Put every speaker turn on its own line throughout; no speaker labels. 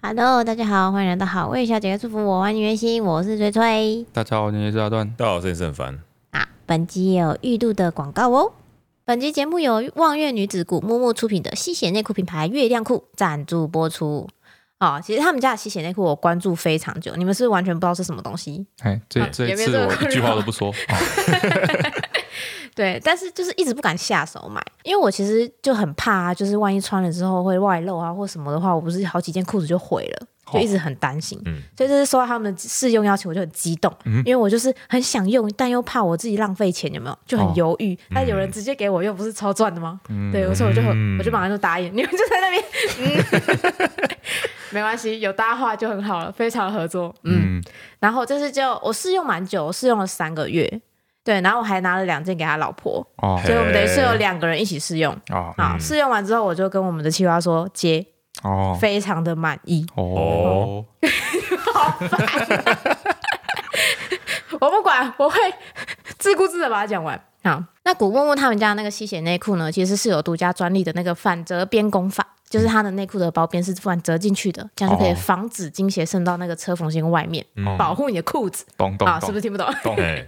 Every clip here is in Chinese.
Hello，大家好，欢迎来到好味小姐姐祝福我玩原心，我是崔崔
大家好，我是阿段。
大家好，我是沈凡。
啊。本集也有玉度的广告哦。本集节目由望月女子谷木木出品的吸血内裤品牌月亮裤赞助播出。哦，其实他们家的吸血内裤我关注非常久，你们是不是完全不知道是什么东西。
哎，这
啊
这
有
一
没有
次
这个
我
困
一句话
扰
都不说。 哦
对，但是就是一直不敢下手买，因为我其实就很怕、啊，就是万一穿了之后会外露啊或什么的话，我不是好几件裤子就毁了，就一直很担心。
嗯
所以这次收到他们的试用邀请，我就很激动，因为我就是很想用，但又怕我自己浪费钱，有没有？就很犹豫。那、有人直接给我，又不是超赚的吗？对，所以我就很，我就马上就答应。你们就在那边，嗯，没关系，有搭话就很好了，非常合作。嗯
嗯，
然后这次就我试用蛮久，我试用了三个月，对，然后我还拿了两件给他老婆，
哦
所以我们等于是有
嘿
两个人一起试用。
哦
啊，试用完之后，我就跟我们的企划说接，
哦
非常的满意。
哦，
我不管，我会自顾自的把它讲完。好，那古木木他们家的那个吸血内裤呢，其实是有独家专利的那个反折边工法，就是它的内裤的包边是反折进去的，这样就可以
哦
防止经血渗到那个车缝线外面，保护你的裤子
嗯懂懂
哦啊，是不
懂
是听不懂？
懂。
哎，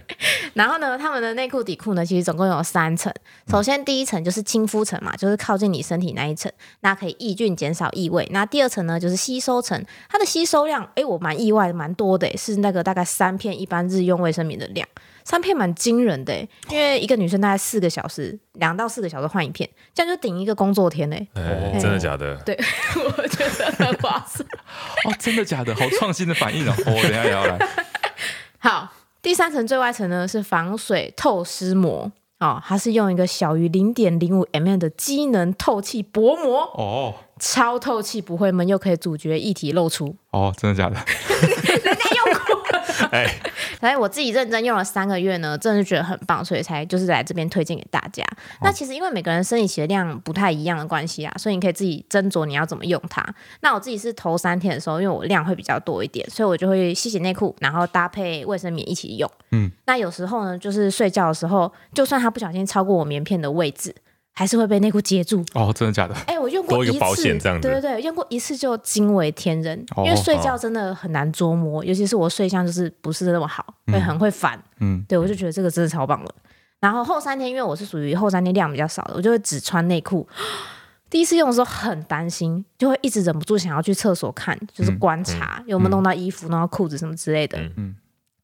然后呢，他们的内裤底裤呢，其实总共有三层。首先第一层就是亲肤层嘛，就是靠近你身体那一层，那可以抑菌减少异味。那第二层呢，就是吸收层，它的吸收量，诶，我蛮意外的，蛮多的诶，是那个大概三片一般日用卫生棉的量，三片蛮惊人的诶，因为一个女生大概四个小时，两到四个小时换一片，这样就顶一个工作天嘞。
哎
哦
真的假的？
对， 我觉得很划算。
哦，真的假的？好创新的反应哦！哦我等一下也 要来。
好，第三层最外层呢是防水透湿膜。哦，它是用一个小于零点零五 mm 的机能透气薄膜，
哦
超透气，不会闷，又可以阻绝液体漏出。
哦，真的假的？
哦
哎，
所以我自己认真用了三个月呢，真的觉得很棒，所以才就是来这边推荐给大家。那其实因为每个人生理期的量不太一样的关系啊，所以你可以自己斟酌你要怎么用它。那我自己是头三天的时候，因为我量会比较多一点，所以我就会吸血内裤，然后搭配卫生棉一起用。
嗯，
那有时候呢，就是睡觉的时候，就算它不小心超过我棉片的位置，还是会被内裤接住。
哦，真的假的？
哎、我用过
多一个
次，
保险这样子
对对对，用过一次就惊为天人，
哦
因为睡觉真的很难捉摸，尤其是我睡相就是不是那么好，会很会烦，
嗯，
对我就觉得这个真的超棒的。然后后三天，因为我是属于后三天量比较少的，我就会只穿内裤。第一次用的时候很担心，就会一直忍不住想要去厕所看，就是观察、有没有弄到衣服、弄到裤子什么之类的。
嗯
嗯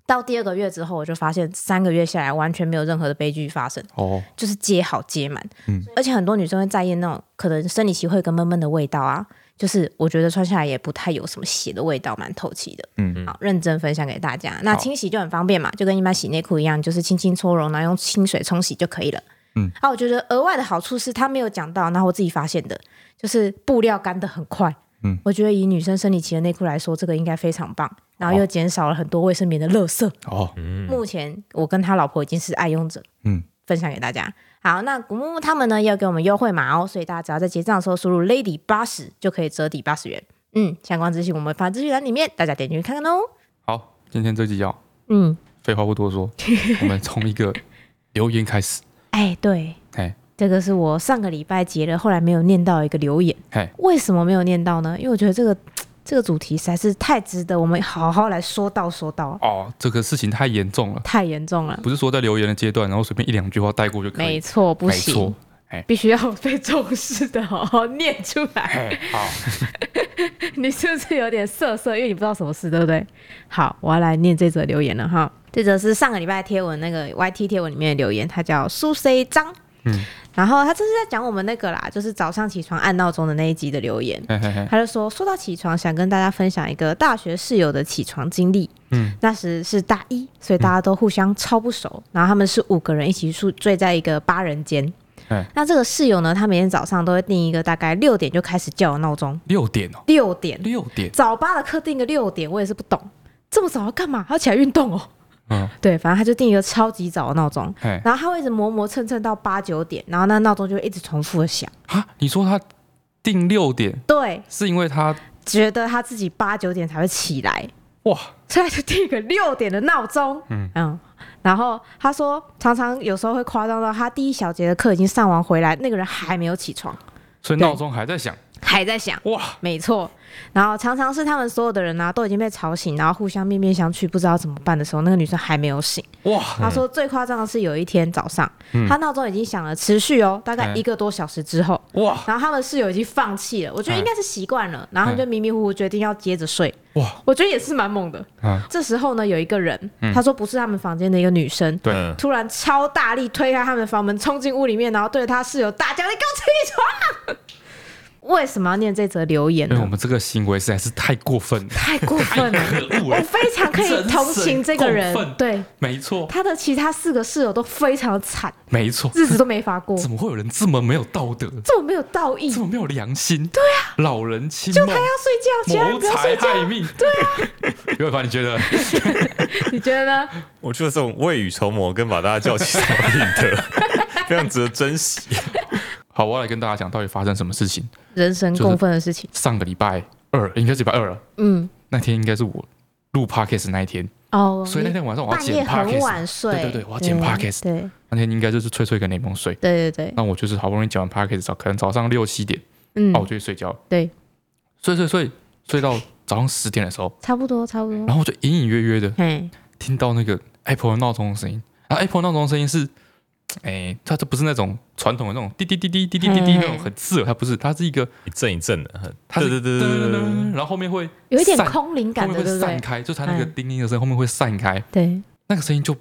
到第二个月之后，我就发现三个月下来完全没有任何的悲剧发生。
哦
就是接好接满，
嗯
而且很多女生会在意那种可能生理期会有一个闷闷的味道啊，就是我觉得穿下来也不太有什么血的味道，蛮透气的。
嗯
好，认真分享给大家。那
好
清洗就很方便嘛，就跟一般洗内裤一样，就是轻轻搓揉，然后用清水冲洗就可以了。
嗯，
啊，我觉得额外的好处是它没有讲到，然后我自己发现的，就是布料干得很快。
嗯，
我觉得以女生生理期的内裤来说，这个应该非常棒，然后又减少了很多卫生棉的垃圾。
哦，
目前我跟他老婆已经是爱用者，
嗯，
分享给大家。好，那古木木他们呢也有给我们优惠码哦，所以大家只要在结账的时候输入 lady 八十就可以折抵八十元。嗯，相关资讯我们放在资讯栏里面，大家点进去看看哦。
好，今天这集要
嗯，
废话不 多说，我们从一个留言开始。
哎，对，
嘿，
这个是我上个礼拜截的，后来没有念到一个留言，
嘿，
为什么没有念到呢？因为我觉得这个这个主题实在是太值得我们好好来说到说到，
哦，这个事情太严重了，
太严重了。
不是说在留言的阶段，然后随便一两句话带过就可以
没。错，不
没
行
错，，
必须要被重视的，好好念出来。
嘿，好，
你是不是有点涩涩？因为你不知道什么事，对不对？好，我要来念这则留言了哈。这则是上个礼拜贴文那个 YT 贴文里面的留言，他叫苏 C 张，嗯，然后他这是在讲我们那个啦，就是早上起床按闹钟的那一集的留言。
嘿嘿嘿，
他就说，说到起床，想跟大家分享一个大学室友的起床经历。嗯，那时是大一，所以大家都互相超不熟。然后他们是五个人一起住，睡在一个八人间
哎。
那这个室友呢，他每天早上都会定一个大概六点就开始叫的闹钟，
六点哦，
六点
六点，
早八的课定个六点，我也是不懂，这么早要干嘛？还要起来运动哦。
嗯，
对，反正他就定一个超级早的闹钟，
嘿，
然后他会一直磨磨蹭蹭到八九点，然后那闹钟就会一直重复的响。
啊，你说他定六点，
对，
是因为他
觉得他自己八九点才会起来，
哇，
所以他就定一个六点的闹钟，嗯
嗯
然后他说常常有时候会夸张到他第一小节的课已经上完回来，那个人还没有起床，
所以闹钟还在响，
还在响，
哇，
没错。然后常常是他们所有的人呢、啊都已经被吵醒，然后互相面面相觑，不知道怎么办的时候，那个女生还没有醒。
哇，
他说最夸张的是有一天早上，
嗯
他闹钟已经响了，持续哦，大概
嗯
一个多小时之后，
哇，
然后他们室友已经放弃了，我觉
哎
得应该是习惯了，然后他们就迷迷糊糊决定要接着睡。
哇，
我觉得也是蛮猛的。
啊，
这时候呢，有一个人，
嗯
他说不是他们房间的一个女生，
对
嗯
突然超大力推开他们的房门，冲进屋里面，然后对着他室友大叫：“你给我起床啊！”为什么要念这则留言
因为我
呢？
们这个行为实在是太过分了，
太 过分了，
可 恶
我
了，
非常可以同情这个人
真是过，分
对
没错，
他的其他四个室友都非常的惨，
没错，
日子都没法过，
怎么会有人这么没有道德，
这么没有道义，
这
就
么没有良心？对啊，老人清梦
他。要睡觉，其他人
谋
不要睡
财
觉，
害命，对 啊，刘伟凡，你觉得？
你觉得呢？
我觉得这种未雨绸缪跟把大家叫起来的， 非常值得珍惜。
好，我要来跟大家讲到底发生什么事情。
人神
就是
共愤的事情，
上个礼拜二，应该是礼拜二了，
嗯，
那天应该是我录 podcast 那一天，
哦，
所以那天晚上我要
半夜
剪
很
podcast，
晚睡，
对对对我要剪 podcast
对
那天应该就是翠翠跟雷蒙睡。
对对对，
那我就是好不容易剪完 podcast 早，可能早上六七点，
嗯
哦、，我就去睡觉，
对，
睡睡睡睡到早上十点的时候，
差不多差不多
然，后我就隐隐约约的
嘿，
听到那个 Apple 的闹钟的声音，然后 Apple 闹钟的声音是，哎，它这不是那种传统的那种滴滴滴滴滴滴滴滴
嘿嘿
那种很刺耳，它不是，它是一个，
一阵一阵的，
它是
对对对对对对，
然后后面会
有一点
散
空灵
后
感
面
的，对
会
不对
散？开，就它那个
嗯
叮叮的声音后面会散开，
对
那个声音就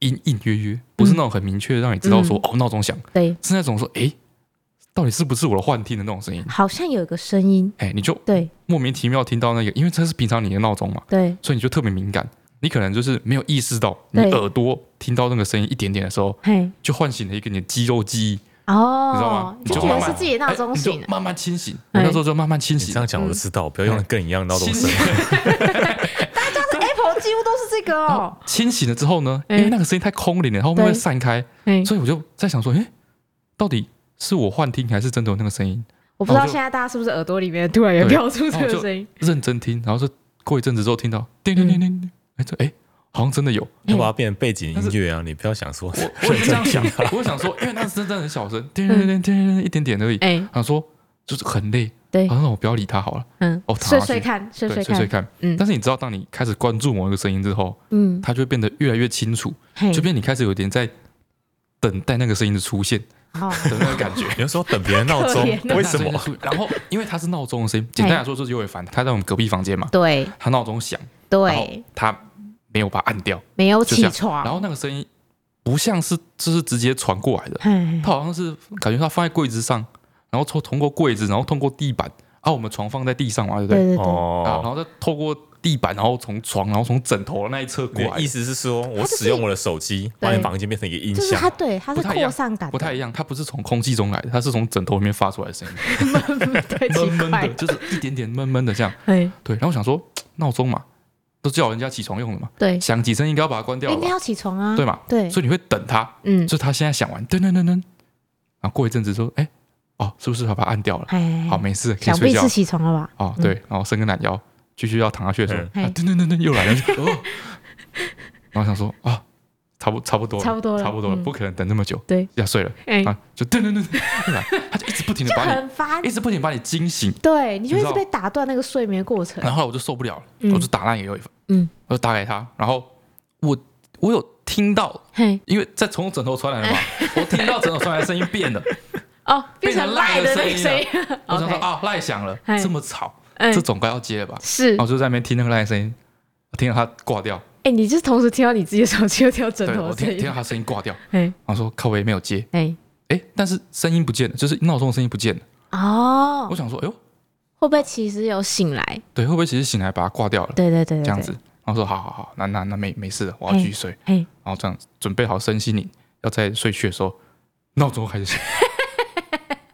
隐隐约约，不
嗯
是那种很明确的让你知道说、哦闹钟响，
对，
是那种说哎、诶到底是不是我的幻听的那种声音？
好像有个声音，
哎、你就
对
莫名其妙听到那个，因为这是平常你的闹钟嘛，
对
所以你就特别敏感，你可能就是没有意识到，你
对
耳朵听到那个声音一点点的时候，
嘿，
就唤醒了一个你的肌肉记忆，
哦，
你知道吗？
就
就
觉
慢
得
慢
是自己的闹钟
哎
醒
你就
了，
慢慢清醒。
哎
我那时候就慢慢清
你
醒
这，样讲我就知道，不要用跟你一样闹钟
清
声
醒。
嗯大 家的 Apple 哎几乎都是这个哦，
清醒了之后呢，因
哎
为那个声音太空灵了，后面会
对
散开，
嘿，
所以我就在想说，哎、到底是我幻听还是真的有那个声音？
我不知道
我就
现在大家是不是耳朵里面突然也飘出这
然
个
后哦我就
声音，
认真听，然后就过一阵子之后听到叮叮叮叮叮，哎、这哎、好像真的有。
要把它变成背景音乐啊！你不要想说，
我我也是这样想，我就想说，因为那是真的很小声，叮叮叮叮叮叮一点点而已。
哎，
想说就是很累，
对
好，那我不要理他好了，
嗯
哦哦，躺
睡
下
睡
去
看，睡
对，
睡
睡睡
看，
看。
嗯
但是你知道，当你开始关注某一个声音之后，
嗯，
它就会变得越来越清楚，
嘿
就，变你开始有点在等待那个声音的出现的
好，
那个感觉。
有时候等别人闹钟
可，怜啊
为 什
那个
么？
声音就出？然后因为它是闹钟的声音，简单来说就是尤伟凡，他在我们隔壁房间嘛，
对
他闹钟响，然后
对，
他没有把它按掉，
没有
就这
起
样
床，
然后那个声音不像是就是直接传过来的，
嘿，
他好像是感觉他放在柜子上，然后从通过柜子，然后通过地板，啊，我们床放在地上嘛，对不
对对
对？
对，
啊，然
哦，
后再透过地板，然后从床，然后从枕头的那一侧过
你
来
哦
的意，思是说我使用我的手机，
对
把你房间变成一个音
就是它，
响，
对，它是
不太一样
扩散感的，
不太一样，它不是从空气中来的，它是从枕头里面发出来的声音，
太
闷
奇
闷
怪
的，
了，
就是一点点闷闷的这样。
哎，
对，然后我想说闹钟嘛，都叫人家起床用的嘛，
对，
响几声应该要把它关掉了
应该
吧，
要起床啊，
对嘛？
对，
所以你会等它，
嗯，
就是它现在响完，噔噔噔噔，然后过一阵子说，哎，哦，是不是把它按掉了？
哎，
好，没事，可以
想
睡
必
觉
是。起床了吧？
哦，对，然后伸个懒腰，继续要躺下去的时候，
嗯
啊，噔噔噔噔又来 了，就哦，然后想说啊，差不差不多了，
差不多了
差不多了，
嗯
不可能等那么久，
对，
要睡了
哎，
啊，就噔噔噔 噔又来，他就一直不停的
就
把
很
你，
烦
一，直不停地把你惊醒，
对，你就一直
你知道啊
被打断那个睡眠过程
然，后后来我就受不了了，
嗯
我就打烂给有一份，
嗯，
我就打给他，然后我我有听到。
嘿，
因为在从枕头传来的嘛， 我听到枕头传来的声音变了，
哦，变
变成
成赖的那个声音
赖，我想说
OK
啊赖响了，
嘿
这么吵，
嗯
这总哦该要接了吧？
是
然后，我就在那边听那个赖的声音，我听到他挂掉，
哎，你就是同时听到你自己的手机又听到枕
对
头
我
的声
听听到
音，
他声音挂掉，
哎
然后说靠也没有接，
哎，
哎，但是声音不见了，就是闹钟的声音不见了。
哦
我，想说，哎呦，
会不会其实有醒来？
对，会不会其实醒来把它挂掉了？
对对对，对
这样子，，然后说好好好，那那那没没事了，我要继续睡。
哎，
然后这样准备好身心灵，要在睡去的时候，闹钟开始响，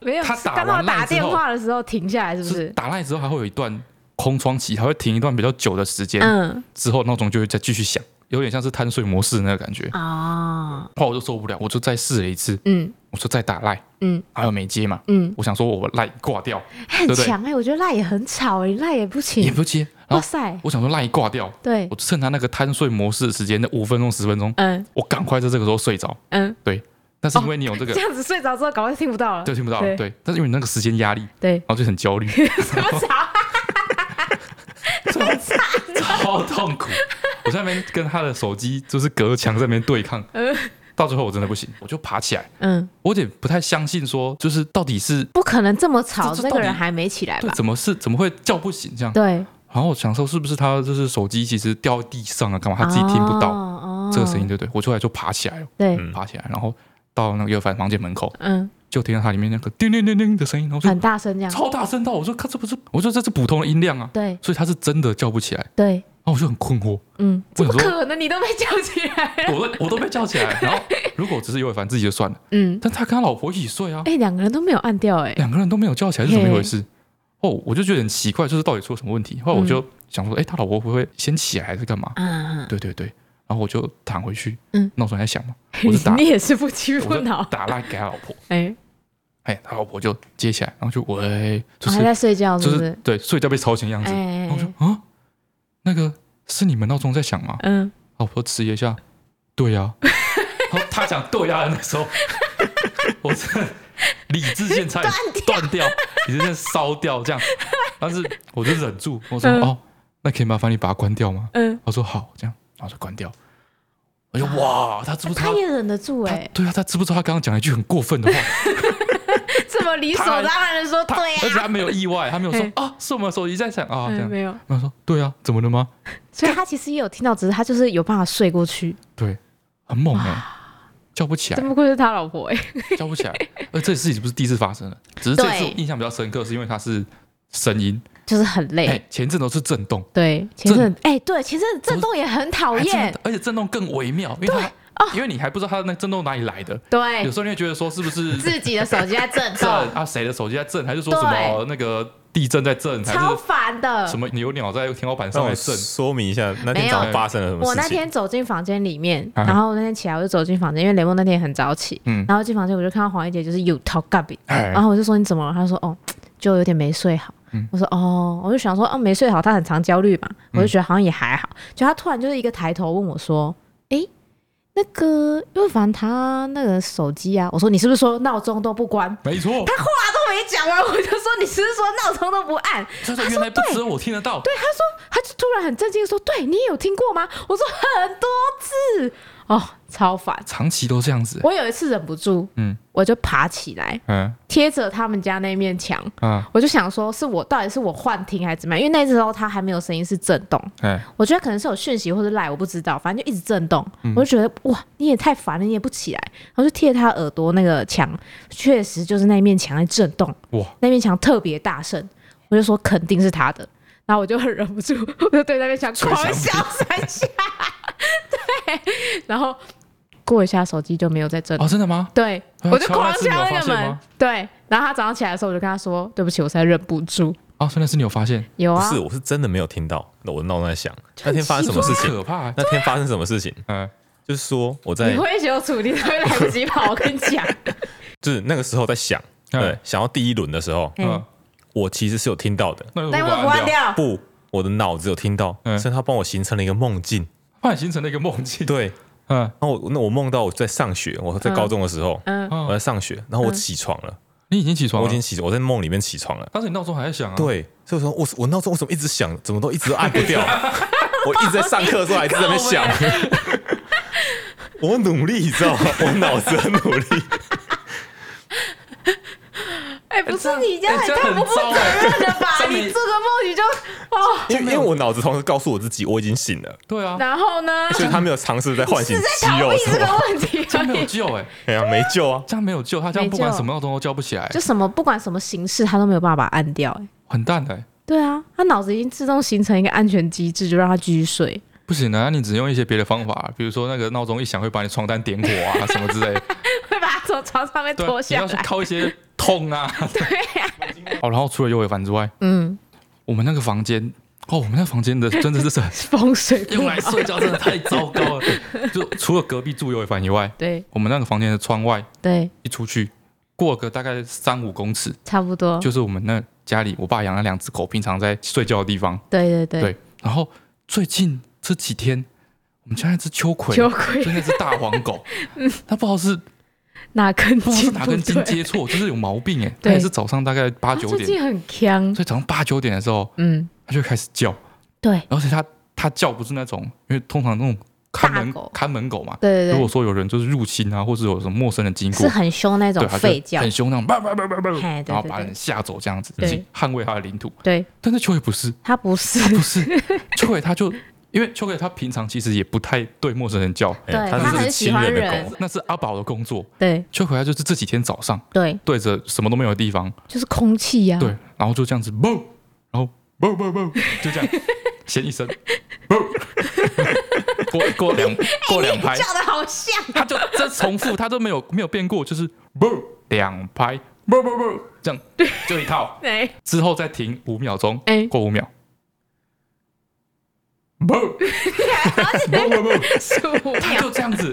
没有，
他
是
打
刚好
完赖
打
之
电
后
话的时候停下来，是不
是
是？
打赖之后还会有一段空窗期，还会停一段比较久的时间，
嗯，
之后闹钟就会再继续响，有点像是贪睡模式那个感觉。
啊，
后来我就受不了，我就再试了一次，
嗯
我说再打赖，
嗯
还有没接嘛，
嗯，
我想说我赖挂掉
很欸
对不对
强哎，我觉得赖也很吵哎，赖也不
也
行，
不接，然
哇
后
塞，
我想说赖挂掉，
对
我，就趁他那个贪睡模式的时间，那五分钟十分钟，
嗯
我赶快在这个时候睡着。
嗯，
对，但是因为你有这个
这，样子睡着之后，搞快听不到了
就。听不到
哦对
了。对，但是因为你那个时间压力，
对，
然后就很 焦虑，
睡不着，
超痛苦。我在那边跟他的手机就是隔墙在那边对抗，
呃
到最后我真的不行，我就爬起来。
嗯，
我有点不太相信说，就是到底是
不可能这么吵，
这这
那
到
个
底
人还没起来
对
吧？
怎么是怎么会叫不醒这样？
对，
然后我想说是不是他就是手机其实掉在地上啊，干嘛他自己听不到
到
这个声音，。对不对？我后来就爬起来了，
哦对，
嗯
爬起来，然后到那个尤凡房间门口，
嗯，
就听到他里面那个叮叮叮叮的声音，然后我
很
就
大声这样。
超大声到我说看这不是，我说这是普通的音量啊，
对
所以他是真的叫不起来，
对，
然后我就很困惑，
嗯，
我
怎
想
么
说
可能？你都被叫起来了？
我都我都被叫起来，然后如果只是尤伟凡自己就算了，
嗯，
但他跟他老婆一起睡啊，
哎，两个人都没有按掉，哎，
两个人都没有叫起来是怎么一回事？哦，我就觉得很奇怪，就是到底出了什么问题？后来我
嗯
就想说，哎、他老婆会不会先起来还是干嘛？
啊，
对对对，然后我就躺回去，
嗯
嗯，那我候还在想嘛，我就打
你也是不屈不
我就
挠，
打赖给他老婆，
哎，
哎，他老婆就接起来，然后就喂，就
还
是
哦在睡觉是
就
不
是
是？
对睡觉被吵醒的样子，
哎
然后我，说啊，那个是你们闹钟在响吗？
嗯，
老婆迟疑一下，对呀、然后他讲对呀、啊的那时候， 我这理智 线差点断掉，理智线烧掉这样，但是我就忍住，我说、
嗯
哦，那可以麻烦你把它关掉吗？
嗯，
他说好，这样，然后就关掉。我就哇，他知不知道
啊他？也忍得住
他
哎，
对啊，他知不知道他刚刚讲了一句很过分的话？
这么理所当然的说
他
对
而且
呀，
他没有意外，他没有说
嘿
啊，是我们手机在响啊，这
嗯，
样。
没有，
然后说对啊，怎么了吗？
所以他其实也有听到，只是他就是有办法睡过去，
对，很猛哎、叫不起来
真。不愧是他老婆
欸
哎，
叫不起来。而这事情不是第一次发生了，只是这次
对
我印象比较深刻，是因为它是声音，
就是很累
哎、，前阵都是震动，
对，前阵哎，对，前阵震动也很讨
还
厌哦
震，而且震动更微妙，因为它。因为你还不知道它那震动哪里来的，有
对，
时候你会觉得说是不是
自己的手机在 震
震
动，
啊谁的手机在震，还是说
哦对
什么那个地震在震，还
超
是
烦的
什。么牛鸟在天花板
让
上
我
在震？
说明一下那
没
天
有
早上发生了什么事情。
我那天走进房间里面，
啊
然后那天起来我就走进房间，因为雷梦那天很早起，
嗯，
然后进房间我就看到黄一姐就是有头盖饼，
哎
哦
然后我就说你怎么了？她说哦，就有点没睡好。
嗯
我说哦，我就想说哦，没睡好，她很常焦虑嘛，我就觉得好像也还好。就她突然就是一个抬头问我说，诶，那个又凡他那个手机啊，我说你是不是说闹钟都不关？
没错，
她话都没讲完，我就说你是不是说闹钟都不按？
所以说原来不只有我听得到，
对，他说，他就突然很震惊地说：“对你也有听过吗？”我说：“很多次。”哦，超烦！
长期都这样子，
我有一次忍不住，
嗯
我就爬起来，
嗯
贴着他们家那面墙，
啊
我就想说，是我到底是我幻听还是怎么样？因为那时候他还没有声音，是震动。
哎，
我觉得可能是有讯息或者赖，我不知道，反正就一直震动。我就觉得哇，你也太烦了，你也不起来。然后就贴他耳朵那个墙，确实就是那面墙在震动。
哇，
那面墙特别大声，我就说肯定是他的，然后我就很忍不住，我就对那面墙
捶
狂
墙壁
笑三下， 对，然后过一下手机就没有再震，
哦真的吗？
对，
啊
我就
敲那
狂
次你有
敲那
发
个
现
门
吗，
对，然后他早上起来的时候，我就跟他说对不起，我实在忍不住，
哦，真的是你有发现，
有
不
啊
是，，我是真的没有听到，那我闹钟在响。
很
那天发生什么事情？
可怕、欸，
那天发生什么事情？
嗯
就是说我在
你，会有处理，你会来不及跑，我跟你讲，
就是那个时候在想，
嗯
对，想到第一轮的时候，
嗯，
我其实是有听到的，
那
但哎
如
我
果
不关
按掉，
掉，
不，我的脑子有听到，
嗯
所以他帮我形成了一个梦境。
幻形成了一个梦境，
对，
嗯，
然后我那我梦到我在上学，我在高中的时候，
嗯，
我在上学，然后我起床了，
你已经起床
我
了，
已经起，我在梦里面起床了。
但是你闹钟还在响啊。，
对，所以我说我我闹钟我怎么一直响，怎么都一直都按不 掉，我一直在上课的时候还一直在那边响，我努力，你知道吗？我脑子很努力，
哎，不是你这样也
哎这样
太
很
不负
糟
责
哎
任了吧？
这样
你
你
做个梦你就哦，
因为因为我脑子同时告诉我自己我已经醒了，
对啊，
然后呢？
所以他没有尝试在唤醒
是在
肌
逃
肉
避
什
这个
么，
问题
这样没
而
有
已。
救哎，
哎呀，没 救啊！
这样没有救，他这样不管什么闹钟都叫不起来
就，什么不管什么形式，他都没有办法把它按掉、欸。
很淡的欸，
对啊，他脑子已经自动形成一个安全机制，就让他继续 睡。
不行啊，你只用一些别的方法，比如说那个闹钟一响会把你床单点火啊什么 之类的，
会把他从床上面
对啊
拖，
你
下
要去
来。
靠一些痛啊。 对啊。哦，然后除了尤伟凡之外，
嗯，
我们那个房间，哦，我们那个房间的真的是
风水哦不
用来
好。
睡觉真的太糟 糕了，就除了隔壁住尤伟凡以外，
对
我们那个房间的窗外
对，
一出去，过个大概三五公尺，
差不多。
就是我们那家里我爸养了两只狗，平常在睡觉的地方。
对对对，
对，然后最近这几天，我们家那只秋葵，
秋葵嗯
就那只大黄 狗，它不知道是
哪根
不知道是
筋
哪
不
根筋
对
接错，就是有毛病哎。它
对
也是早上大概八
啊
九
最
点，
近很强，
所以早上八九点的时候，
嗯，
它就开始叫，
对
而且它它叫不是那种，因为通常那种看门
大狗
看门狗嘛。
对
如
对
果
对，
说有人就是入侵啊，或是有什么陌生人经过
是，很凶那种
对，它
吠
就
叫哎
很，凶那种，叭叭叭叭叭，
嘿对
然后
对
把
对
人吓走这样子，
对
去捍卫它的领土。
对，
但是秋葵不是，
它不是，
不是秋葵，它就因为秋葵它平常其实也不太对陌生人叫，
哎
对
它
它
是
很喜
亲
欢
的
人
狗，
那是阿宝的工作。
对
秋葵它就是这几天早上
对，
对着什么都没有的地方，
就是空气呀，
对，然后就这样子啵，然后啵啵啵，就这样 先一声啵， 过过两过两拍，
哎叫的好像，
它就这重复，它都没有没有变过，就是啵两拍啵啵啵，这样就一套，
对，
之后再停五秒钟，
哎
过五秒， 啵。
十五
他
秒，
就这样子，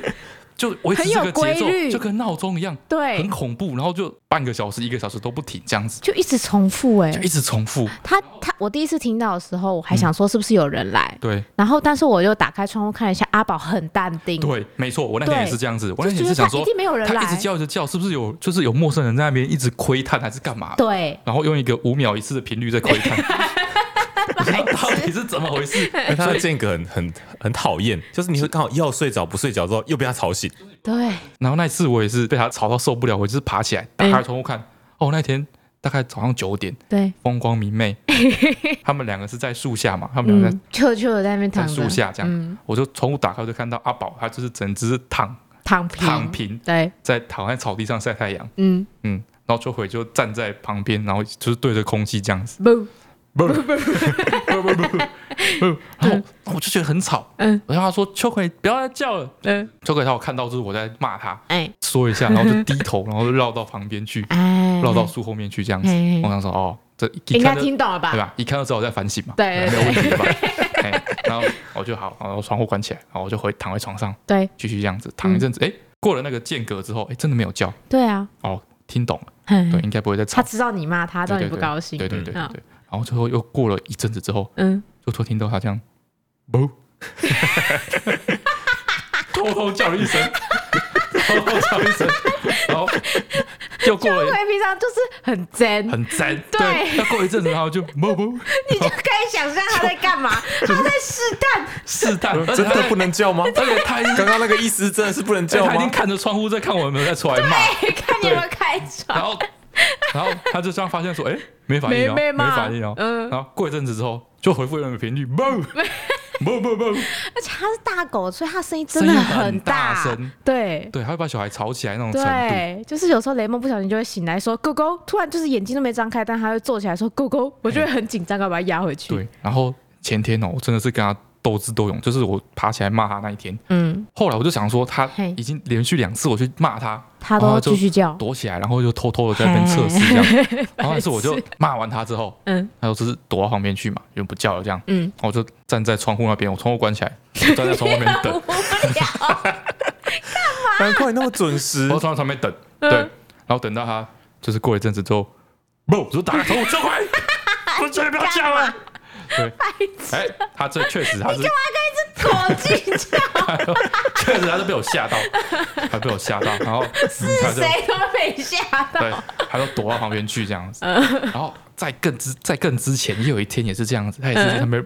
就维持
很
这
有
个节奏
规律，
就跟闹钟一样，很
对，
恐怖。然后就半个小时、一个小时都不停，这样子
就一直重复哎
就，一直嗯重复。
他他我第一次听到的时候，我还想说是不是有人来，
对
然后但是我又打开窗户看了一下，阿宝很淡定，
对，没错，我那天也
对
是这样子，我
就
那
觉
天也
得
是
他
想说
一，定没有人
他
来，
一直叫一直叫，是不是有就是有陌生人在那边一直窥探还是干嘛？
对，
然后用一个五秒一次的频率在 窥探。我想到底是怎么回事？
哎它的间隔很很很讨厌，就是你会刚好要睡着不睡着之后又被它吵醒，
对，
然后那一次我也是被他吵到受不了，我就是爬起来
嗯
打开窗户看。哦，那天大概早上九点，
对，
风光 明媚，他们两个是在树下嘛，他们两个在
嗯，秋秋在那边
在
躺
树
着，
下这样，
嗯
我就窗户打开，我就看到阿宝，他就是整只躺
躺平，
躺，平
对，
在躺在草地上晒太阳，
嗯，
嗯，然后秋葵就站在旁边，然后就是对着空气这样子，
不，
不不不不不不，然后我就觉得很吵，
嗯
然后他说秋葵不要再叫了，
嗯，
秋葵他有看到就是我在骂他，
哎
说一下，然后 就低头，然后就绕到旁边去，
哎，
绕到树后面去这样子，
嗯
我想说哦，这一
应该
看就对
听懂了吧？
吧，一看就知道我在反省嘛，
对
没有
对
问题吧？哎然后我就好，然后窗户关起来，然后我就回躺回床上。
对
继续这样子躺一阵子，
嗯
哎、过了那个间隔之后，哎、真的没有叫
对啊，
哦，听懂了，
嘿
对，应该不会再吵
他，知道你骂他，知道你不高兴，
对对对对
嗯
对。然后最后又过了一阵子之后，
嗯，
就突然听到他这样，不， 偷偷叫了一声， 偷偷叫了一声，然后又过
因
了
为平常就是很真，
很赞，
对
对，又过一阵子，然后就不不
你就可以想象他在干 嘛，他在试探，
试探，而且
真
他
的不能叫 吗？
而且他已
刚
经。
刚那个意思真的是不能叫
他已经
吗？
看着窗户在看我有没有在出来骂，
看你有没有开窗
然，后，然后他就这样发现说，哎、没反应哦，
没
没
被骂
反应哦。
嗯
然后过一阵子之后，就回复原本频率，不 不不不，
而且它是大狗，所以它声音真的
声音很
大，
大声
对。
对，他会把小孩吵起来那种程度。
对，就是有时候雷蒙不小心就会醒来说“狗狗”，突然就是眼睛都没张开，但他会坐起来说“狗狗”，我就会很紧张，要把它压回去。
对，然后前天哦，我真的是跟他斗智斗勇，就是我爬起来骂他那一天。
嗯，
后来我就想说，他
嘿
已经连续两次我去骂他，
他
然后
都
就
继续叫，
躲起来，然后就偷偷的在那边测试这样。 然后那次我就
白
骂完他之后，
嗯
他就只是躲到旁边去嘛，就不叫了这样。
嗯，
然后我就站在窗户那边，我窗户关起来，我站在窗户那边等
无。聊，
难怪你那么准时
然后，躺在旁边等，
嗯
对，然后等到他就是过一阵子之后，不，我就打开窗户，这 回，我真的不要叫了。
啊
对，哎，他这确实他是，
狗进去，
确实他是被我吓 到，他被我吓到，然后是他就
谁啊都没吓到。
对，他就躲到旁边去这样
嗯
子。然后在更之在更之前，也有一天也是这样子，他也
嗯
是在那边，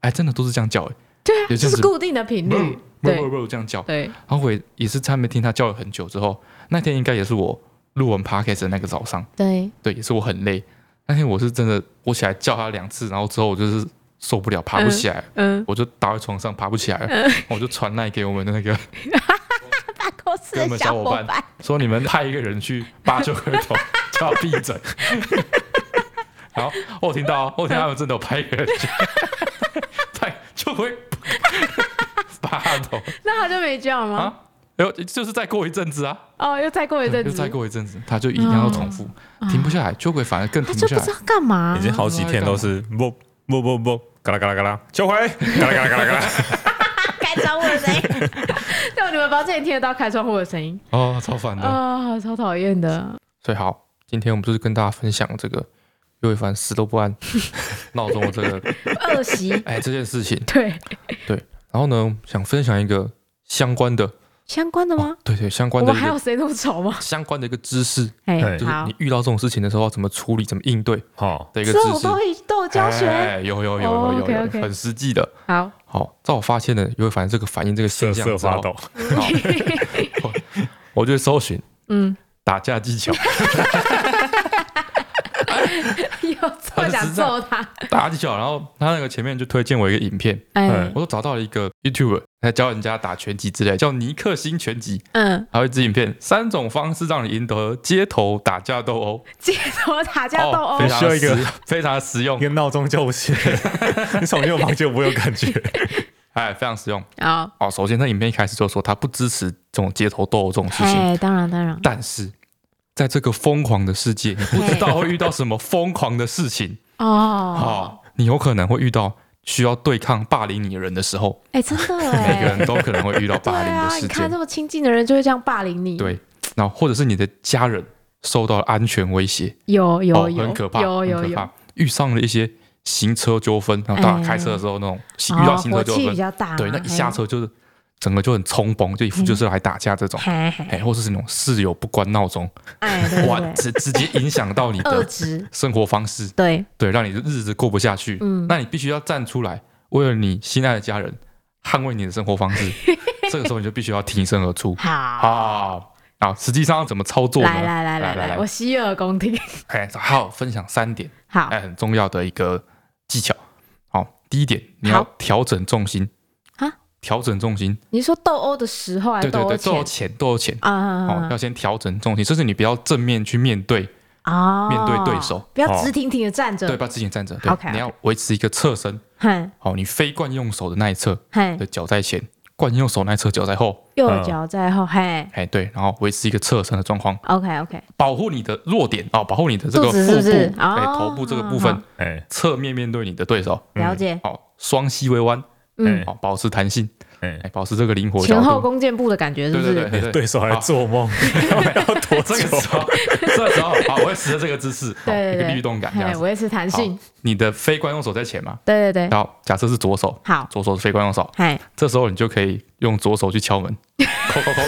哎，真的都是这样叫，哎，
对啊，就
有这样子
是固定的频率
不。不
嗯对
不这样叫。
对，
然后我也也是在那边听他叫了很久之后，那天应该也是我录完 podcast 的那个早上。
对，
对，也是我很累。那天我是真的，我起来叫他两次，然后之后我就是受不了，爬不起来，
嗯，
我就倒在床上爬不起来了。我就传赖给我们的那个
办公室
哥
的
们
小
小
伙
伙
伴，
伴，说你们派一个人去八九个头叫他闭嘴。然后我有听到哦，我有听到他们真的有派一个人去，派就会八头
那他就没叫吗？
啊。然后就是再过一阵子啊，
哦，又再过一
对
阵
又
子哦
再，过一阵子，他就一定要重复，停不下来，秋鬼反而更
他
停
就
不
不
下来
知。道干嘛
已。经好几天都是不不不不，嘎啦嘎啦嘎啦，秋葵，嘎啦嘎啦嘎啦嘎啦。
开窗户的 声音，让你们房间也听得到开窗户的声音啊
哦，超烦的。
啊，超讨厌的。
所以好，今天我们就是跟大家分享这个又一凡死都不 安，闹钟的这个
恶习，
哎这件事情。
对，
然后呢，想分享一个相关的，
相关的
哦
吗？
对对，相
我
关的
们
一
还
个
有谁那么丑吗？
相关的一个知识，
哎
哎，
就是
好
你，遇到这种事情的时候要怎么处理、怎么应对
好，
的一个
这
知
种
识
都。会都有教学。
哎，有有有
哦
有有有，
OK，OK
很实际的。
好，
好，在我发现了，因为反正这个反应这个
瑟
现象
瑟
之后
发抖，
好，我就搜寻
嗯，
打架技巧，
有错想揍他。
打架技巧。然后他那个前面就推荐我一个影片，
哎，
我都找到了一个 YouTube，他教人家打拳击之类，叫尼克星拳击。
嗯，
还有一支影片，三种方式让你赢得街头打架斗殴，
街头打架斗
哦
殴
非，常
需要一个
实非常实用
一，个闹钟叫醒， 你闯进我房间，我有感觉。
哎，非常实用。
好，
哦，首先他影片一开始就说他不支持这种街头斗殴这种事情，
哎，当然当然，
但是在这个疯狂的世界，你不知道会遇到什么疯狂的事情
哦，
哦，你有可能会遇到需要对抗霸凌你的人的时候，
哎，真的
每个人
哎，
都可能会遇到
对
霸凌的
啊，
事
你看
件
这，么亲近的人就会这样霸凌你，
对，那或者是你的家人受到了安全威胁，
有有
哦，
有，
很可怕，
有哦有
很可
有
怕，，遇上了一些行车纠纷，然后大家开车的时候那种行遇到行车
哦火
纠
气比
纷，
较大嘛，哎
对，那一下车就是整个就很冲崩，就一副就是来打架这种，
嘿，嘿嘿，
哎，或者是那种室友不关闹钟，
哎，对
哇，
对对，
直直接影响到你
二
的
职，
生活方式，
对，
对，让你的日子过不下去，
嗯
那你必须要站出来，为了你心爱的家人，捍卫你的生活方式， 这个时候你就必须要挺身而出
好，
啊。啊，实际上要怎么操作呢？
来来来来来，我洗耳恭听，
哎，好，分享三点。
好，
哎，很重要的一个技巧。好，第一点，你要
好
调整重心
啊，
调整重心，
你是说斗殴的时候还
对
是
对
殴
对，斗
前
有钱，斗有钱，哦
啊，
要先调整重心，甚至你不要正面去面对，
啊
面对对手，
不要直挺挺的站着，
对吧？自己站着，对
OK，OK
你要维持一个侧身，
嘿，
好，你非惯用手的那一侧
嘿
的，脚在前，惯用手那一侧脚在后，
右脚在后，嘿
哎，对，然后维持一个侧身的状况，
，OK OK，
保护你的弱点哦，保护你的这个
肚子
腹
是不
部，
是
哎，
哦
头部这个部分
好，
哎，
侧面面对你的对手，
嗯
了解，
好，双膝微弯，
嗯
哎，
好，保持弹性，
哎
哎，保持这个灵活角
前后
度。
弓箭步的感觉是
对
不
对对
是？
对
对手还在做梦，要多
这个
久？
时候， 这个时候，好，我会使得这个 姿势，好
对
一
对
个
对，
律动感这样
嘿，
子。
维持弹性
好，你的非惯用手在前嘛，
对对对，
然后假设是左手，
好，
左手是非惯用手，
嘿，
这时候你就可以用左手 去敲门，扣扣扣，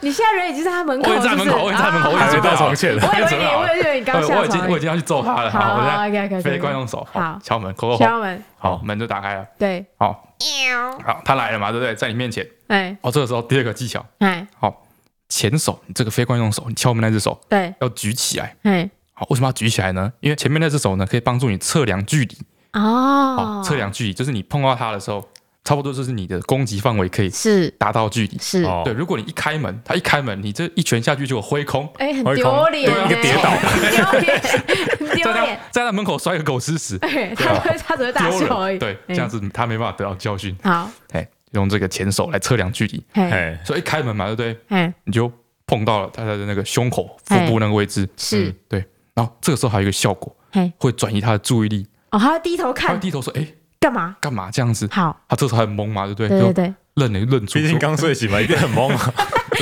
你现在人已经在他门口，
我已经在门口，
是
我
不
已
是
经在门口，我已
还
经
没到
到
床前
啊我以为你，我以为你刚下
呃 我已经
床
我已经要去揍他了，好，
好
我
，OK OK，
现在非惯用手，
好
敲门，扣扣
敲
扣，
门，
好，门就打开了，
对，
好，好，他来了嘛，对不对？在你面前，
哎
哦，这个时候第二个技巧，
哎，
好，前手，你这个非惯用手，你敲门那只手
对，
要举起来。
哎，
好，为什么要举起来呢？因为前面那只手呢，可以帮助你测量距离。
哦
好，，测量距离就是你碰到它的时候，差不多就是你的攻击范围可以
是
达到距离。
是，
哦
对，如果你一开门，它一开门，你这一拳下去就挥空，
哎，很丢脸，
对一个跌 倒
很丢脸，很丢
在他
脸，
在他门口摔个狗吃屎，
哎，他会他只会大
啊丢
笑而
人。
已，
对，
哎
这样子他没办法得到教训。
好，
哎，用这个前手来测量距离，
嘿，
哎，
所以一开门嘛，对不对？
嘿，
你就碰到了他的那个胸口、腹部那个位置。
是
嗯，对。然后这个时候还有一个效果，
嘿，
会转移他的注意力。
哦，他会低头
他会
看
低头说：“哎，
干嘛？
干嘛这样子？”
好，
他这时候还很懵嘛，对不对？
对对
就
对，
愣了愣住，
毕竟
说
刚睡醒嘛，一定很懵啊。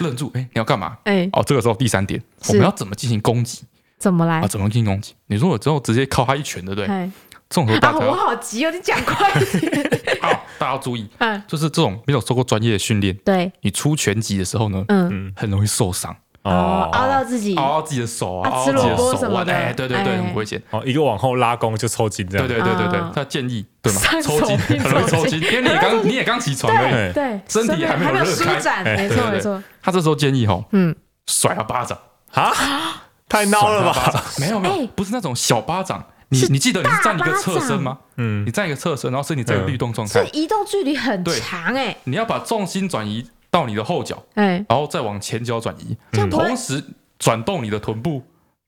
愣住，哎、你要干嘛？
哎，
哦，这个时候第三点，我
是
们要怎么进行攻击
怎么来
啊？？怎么进行攻击？你如果之后直接靠他一拳，对不对？
哎，
这种时候大
啊，
家
我
要、
好急哦，你讲快一点，
啊大家要注意，
嗯，
就是这种没有受过专业的训练，
对，
你出拳击的时候呢，
嗯，
很容易受伤，
哦，
啊
凹到自己，
凹到自己的手啊，
啊
凹
吃
到自己的
萝
卜
手
什么
腕，
的
哎、对对对，
哎
很危险。
哦，一个往后拉弓就抽筋这
对
样。
对对对对
啊，
他建议对吗
上？手
抽筋
臂
很容易抽
抽
筋，因为你也 刚你也刚起床而已。
对
对，
身体
还
还没
有
有热
舒
开
展，
哎
没错
对对
没
对
错，
他这时候建议吼，
嗯，
甩他巴掌，
啊，太闹了
甩他
吧？
巴掌？没有没有
哎，
不是那种小巴掌。你
是
你记得你是站一
大
个
巴
侧身
掌
吗？
嗯
你，站一个侧身，然后身体在一个律动状态
这，移动距离很
哎对
长哎
你要把重心转移到你的后脚，
哎，
然后再往前脚转移，
这样不会
同时转动你的臀部，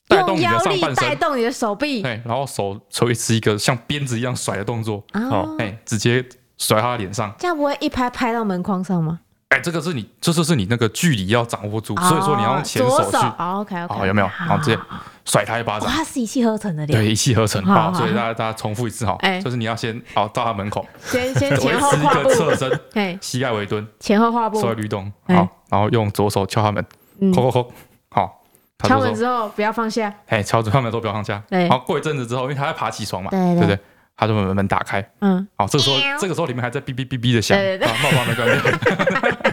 带动
用
你的
腰
上
力
半
带
身，哎
动你的手臂
对，然后手垂是一个像鞭子一样甩的动作，
啊
好，
哎，直接甩他的脸上，
这样不会一拍拍到门框上吗？
哎，这个是你，这就是你那个距离要掌握住，所以说你要用前
哦左
去啊
手，OK OK，
好有没有然后直接甩他一巴
哇，
掌。
它是一气呵成的
对，
脸，
一气呵成
好
好，
好
所以大家大家重复一次哈
哎，
就是你要先好到他门口，
先先
维持
前后
一
跨
个侧
步，
身，
哎，
膝盖微蹲，
前后跨步
稍，微律动，
哎
好，然后用左手敲他门，
嗯
扣扣扣，好，他
敲
就
门
说
之后不要放下，
哎，敲敲门的时候不要放下。
对
然后过一阵子之后，因为他要爬起床嘛，
对
对
对
不对？他就把门门打开，
嗯，
哦，这个时候这个时候里面还在哔哔哔哔的响，
对对对
啊，那我把门关掉，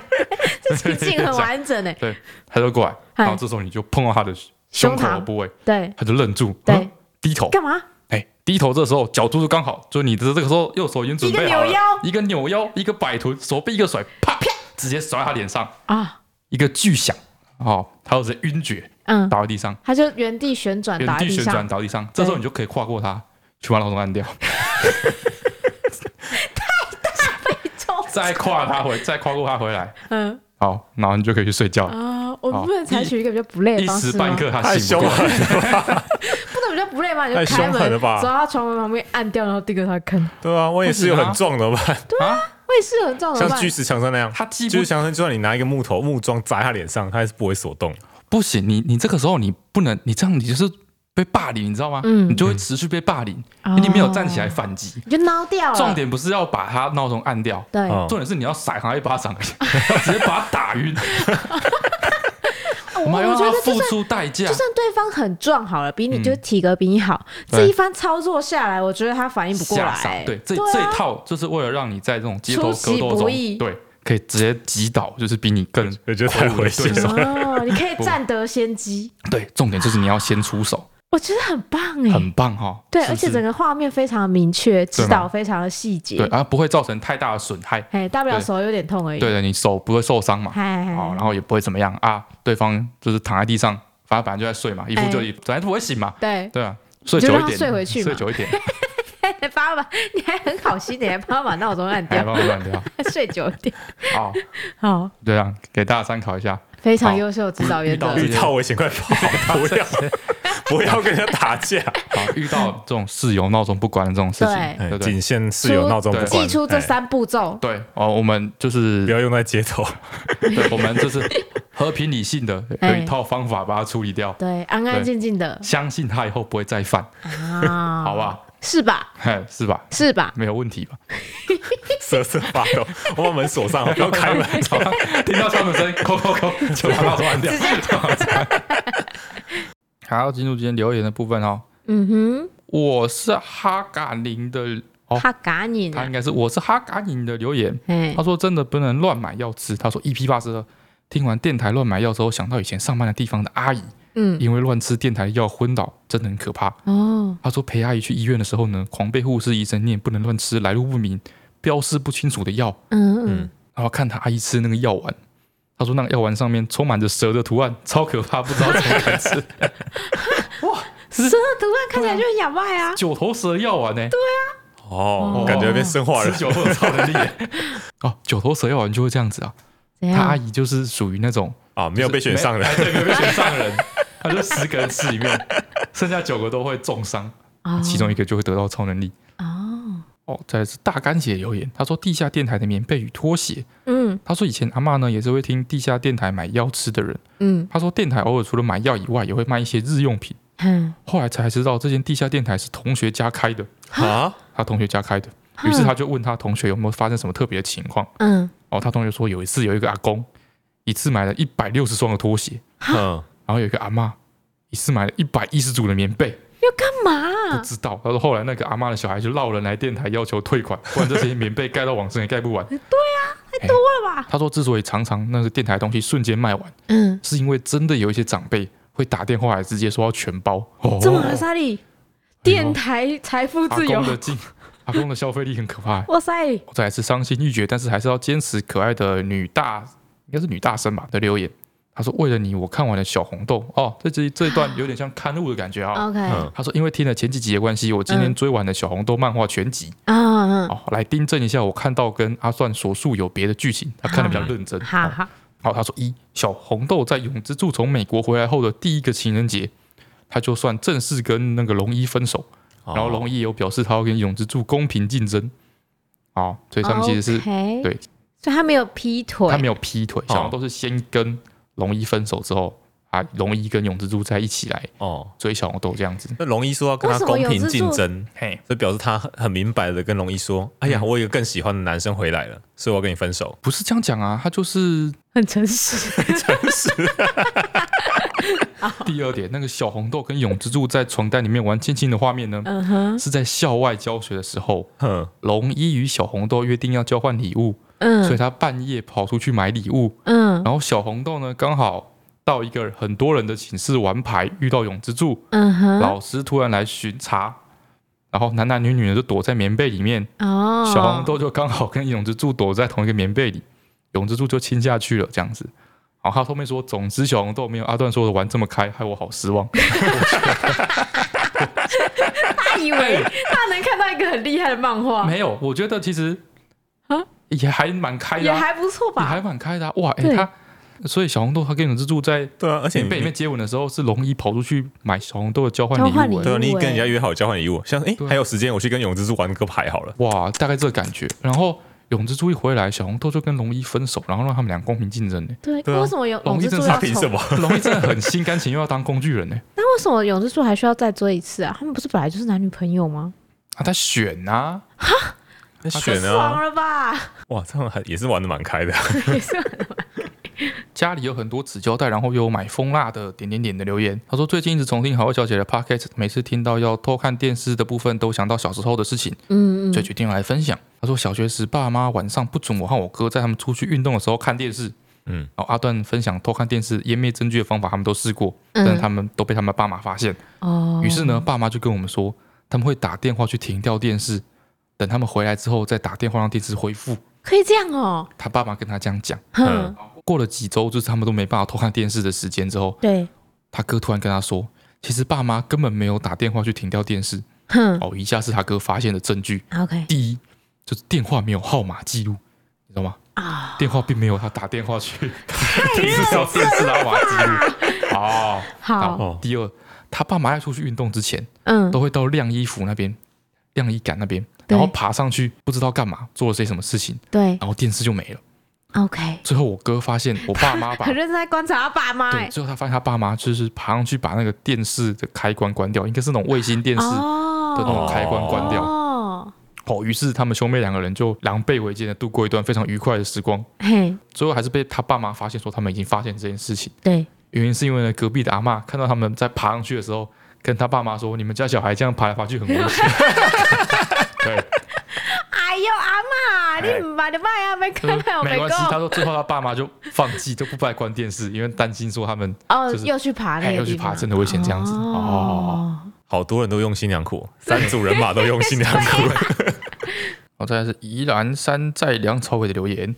这情境很完整哎诶，
他就过来，
嗨
然后这时候你就碰到他的胸口的部位，
对
他就愣住，
对
嗯，低头，
干嘛？
哎，低头这时候角度就刚好，就是你的这个时候右手已经准备好了
一个扭腰，
一个扭腰，一个摆臀，手臂一个甩，啪，直接甩在他脸上，
啊，
一个巨响，哦，他就直接晕厥
嗯，
倒在地上，
他就原地旋转
原
打在
地
地
旋转
上，
倒地上，这时候你就可以跨过他，去把老鼠按掉，再跨他回，再跨过他回来，
嗯
好，然后你就可以去睡觉了。
啊，我
好
们不能采取一个比较不累
哦一
的方
时
式吗
半？刻他
太
醒
凶
不
了
过来，，
不能比较不累吗？你
太
就开
凶狠
门
了吧
走到他床旁边按掉，然后递给他看，
对啊，我也是有很重的吧，
啊，
会是很重的
像
吧？
巨石强森那样，
他既不
巨石强森就算你拿一个木头木桩砸他脸上，他还是不为所动。
不行，你你这个时候你不能，你这样你就是被霸凌，你知道吗？
嗯
你就会持续被霸凌，
哦
因为你没有站起来反击。
你就挠掉了。
重点不哦是要把他闹钟按掉，
对，
嗯
重点是你要甩他一巴掌， 直接把他打 晕，
我
我们要
啊我
让
觉得
他
就
付
算
出代价
就。算对方很壮好了，比你就是体格比你好，
对
这一番操作下来，我觉得他反应不过来、
吓傻对，这
对啊
这一套就是为了让你在这种街头格斗
出其不
中，
意
对，可以直接击倒，就是比你更
我觉得太危险了
手。
哦，你可 以占得先机，
对，重点就是你要先出手，
我觉得很棒哎、
很棒哈。
对，
是不
而且
是
整个画面非常明确，指导非常的细
对，
节，
而不会造成太大的损害。
哎，大不了手有点痛而已。
对的，你手不会受伤嘛，
嗨，嗨
哦，然
嗨，
后也不会怎么样啊。对方就是躺在地上，反正本来就在睡嘛，一副就一，本来就不会醒嘛，
对，
对啊，睡
哎就
久一
让他
点，
睡回去嘛
睡久 一点，
爸爸， 你还很好心，你还帮我把闹钟按
哎，
掉，
帮我乱掉。
睡久一点。
好，
好，
哦对啊，给大家参考一下。
非常优秀的指导
遇
原
到
则。
这
遇到危险快跑，不 要不要跟人家打架。
好，啊遇到这种室友闹钟不关的这种事
对
情，
哎
对不对？
仅限室友闹钟不
记
关，
出这
哎
三步骤，
对哦，我们就是
不要用在 街头。
对，我们就是和平理性的有
哎
一套方法把它处理掉，
对，安安静静的
相信他以后不会再犯，
啊，
好，吧？
是吧？
嘿，是吧？
是吧？
没有问题吧？
瑟瑟发抖，我把门锁上，我不 用开门。
好吧 听到敲门声，扣扣扣，就把它关掉。 好，进入今天留言的部分哦。
嗯
我是哈嘎宁的哦
哼，，他赶你
他
呢
应，该是我是哈嘎宁的留言。
哎
他，说真的不能乱买药吃。他说 EP 八十二，听完电台乱买药之后，想到以前上班的地方的阿姨，
嗯，
因为乱吃电台药昏倒，真的很可怕。
哦，
他说陪阿姨去医院的时候呢，狂被护士医生念不能乱吃来路不明、标示不清楚的药，
嗯嗯
嗯，
然后看他阿姨吃那个药丸。他说那个药丸上面充满着蛇的图案，超可怕，不知道怎么 敢吃。
蛇的图案啊看起来就很啊哑巴呀。
九头蛇药丸呢、
哦
哦，
感觉被生化
吃
人。
久会有超能力耶。哦，九头蛇药丸就会这样子啊。
怎
他阿
样？
姨就是属于那种
啊，没有被选上的
哎， 对，没有被选上人， 他就十个人吃里面，剩下九个都会重伤，
哦
其中一个就会得到超能力。
哦，
哦，再来是大干姐留言，她说地下电台的棉被与拖鞋，
嗯
她说以前阿嬷呢也是会听地下电台买药吃的人，
嗯
她说电台偶尔除了买药以外，也会卖一些日用品。
哼，
后来才知道这间地下电台是同学家开的，
啊，
她同学家开的，
哼
于是她就问她同学有没有发生什么特别的情况。
嗯，
哦，她同学说有一次有一个阿公，一次买了一百六十双的拖鞋，
嗯，
然后有一个阿嬷一次买了一百一十组的棉被，
要干嘛
不？知道。他说后来那个阿嬷的小孩就闹人来电台要求退款，不然这些棉被盖到网上也盖不完。 对啊，太多了
吧？
他说之所以常常那个电台的东西瞬间卖完，
嗯，
是因为真的有一些长辈会打电话来直接说要全包。哦，
这么阿萨利，电台财 富
阿
自由
公，的进， 阿公的消费力很可怕欸。
哇塞，
再来是伤心欲绝，但是还是要坚持可爱的女大，应该是女大生吧的留言。他说：“为了你，我看完了《小红豆》哦，这这这一段有点像刊物的感觉啊。
OK，啊
嗯
他说：“因为听了前几集的关系，我今天追完了小红豆漫画全集、
嗯，
哦，来订正一下我看到跟阿算所述有别的剧情。他看得比较认真。
哈
哦
哈，
好，他说一小红豆在永之助从美国回来后的第一个情人节，他就算正式跟那个龙一分手，
然
然后龙一也有表示他要跟永之助公平竞争。哦，所以他们其实是
OK
对，
所以他没有劈腿
他，没有劈腿，小红
哦
豆是先跟龙一分手之后，把龙一跟永之助在一起来
哦，
追小红豆这样子。
那龙一说要跟他
为什么
公
有
平
资
竞
助
争，
嘿，
所以表示他很很明白的跟龙一说：“哎呀，我有一个更喜欢的男生回来了，所以我要跟你分手。
不是这样讲啊，他就是
很诚实，
第二点，那个小红豆跟永之助在床单里面玩亲亲的画面呢，
嗯哼，
是在校外教学的时候，”
哼，
龙一与小红豆约定要交换礼物，所以
嗯
他半夜跑出去买礼物，
嗯
然后小红豆呢刚好到一个很多人的寝室玩牌，遇到永之助，
嗯哼，
老师突然来巡查，然后男男女女呢就躲在棉被里面，
哦，
小红豆就刚好跟永之助躲在同一个棉被里，永之助就亲下去了，这样子。然后他后面说，总之小红豆没有阿段说的玩这么开，害我好失望。
他以为他能看到一个很厉害的漫画，
哎没有，我觉得其实
啊
也还蛮开的
也
啊、
还不错
也
吧？
还蛮开的啊、哇！哎、
对
他所以小红豆他跟永之助在
对啊，而且
棉被里面接吻的时候，是龙一跑出去买小红豆的交换
交换
礼物、
礼
哎
对啊，你跟人家
欸
约好交换礼物，像哎、
对啊
还有时间，我去跟永之助玩个牌好了。
哇，大概这个感觉。然后永之助一回来，小红豆就跟龙一分手，然后让他们俩公平竞争、欸。
对，
对啊
为什么永
龙
永
一
之
真
助
是
要
他
他
凭什么？
龙一真的很心甘情愿要当工具人呢、
那为什么永之助还需要再追一次啊？他们不是本来就是男女朋友吗？
啊，他选啊，
那选
爽
啊！
了吧？
哇，这样还也是玩的蛮开 的。
也是很
家里有很多纸胶带，然后又有买蜂蜡的点点点的留言。他说最近一直重听好味小姐的 podcast，每次听到要偷看电视的部分，都想到小时候的事情，
嗯嗯
所以决定要来分享。他说小学时爸妈晚上不准我和我哥在他们出去运动的时候看电视。
嗯，
然后阿段分享偷看电视湮灭证据的方法，他们都试过，但是
嗯，
他们都被他们爸妈发现。
哦
于是呢，爸妈就跟我们说，他们会打电话去停掉电视，等他们回来之后再打电话让电视恢复。
可以这样哦，
他爸妈跟他这样讲。
哼，
过了几周，就是他们都没办法偷看电视的时间之后，
对，
他哥突然跟他说，其实爸妈根本没有打电话去停掉电视。
哼
哦，以下是他哥发现的证据：
，OK
第一，就是电话没有号码记录，你知道吗？
啊，
电话并没有他打电话去 停
啊
掉电视的号码记 录。哦，
好，
哦，
第二，他爸妈在出去运动之前，
嗯
都会到晾衣服那边、晾衣杆那边，
对
然后爬上去，不知道干嘛，做了些什么事情，
对
然后电视就没了。
，OK，
最后我哥发现我爸妈把
很认真在观察他爸妈
对，
哎，
最后他发现他爸妈就是爬上去把那个电视的开关关掉，应该是那种卫星电视的那
哦，
种开关关掉。哦
哦，
于是他们兄妹两个人就狼狈为奸的度过一段非常愉快的时光。
嘿，
最后还是被他爸妈发现说他们已经发现这件事情，
对，
原因是因为呢隔壁的阿嬷看到他们在爬上去的时候，跟他爸妈说：“你们家小孩这样爬来爬去很危险。”对。
哎呦阿妈，你唔买就买啊，没看到我
嗯没
没
关系，他
够，
说最后他爸妈就放弃，就不再关电视，因为担心说他们
哦
就是，
又去爬那
哎
个
又去
地方
爬真的危险这样子
哦
哦，
好多人都用心良苦，三组人马都用心良 苦。
然后再来是宜兰山寨梁朝伟的留言，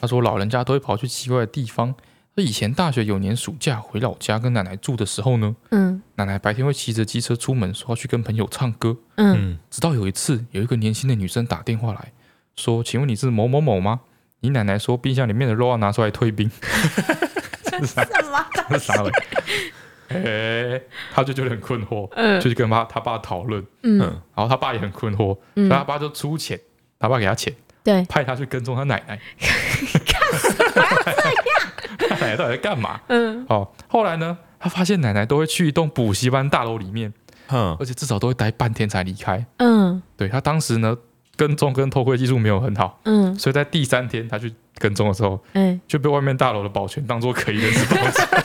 他说老人家都会跑去奇怪的地方。那以前大学有年暑假回老家跟奶奶住的时候呢，
嗯
奶奶白天会骑着机车出门，说要去跟朋友唱歌。
嗯
嗯，
直到有一次，有一个年轻的女生打电话来说：“请问你是某某某吗？”你奶奶说冰箱里面的肉要拿出来退冰。
什么？
他傻了。 哎、他就觉得很困惑，
嗯
就去跟他他爸讨论，
嗯
然后他爸也很困惑，所以他
嗯，
爸就出钱，他爸给他钱，
对，
派他去跟踪他奶 奶。干 嘛这样？他奶奶到底在干嘛？
嗯
哦，后来呢，他发现奶奶都会去一栋补习班大楼里面，
哼，
而且至少都会待半天才离开。
嗯
对他当时呢，跟踪跟偷窥技术没有很好，
嗯，
所以在第三天他去跟踪的时候，
哎，
就被外面大楼的保全当做可疑人士保全，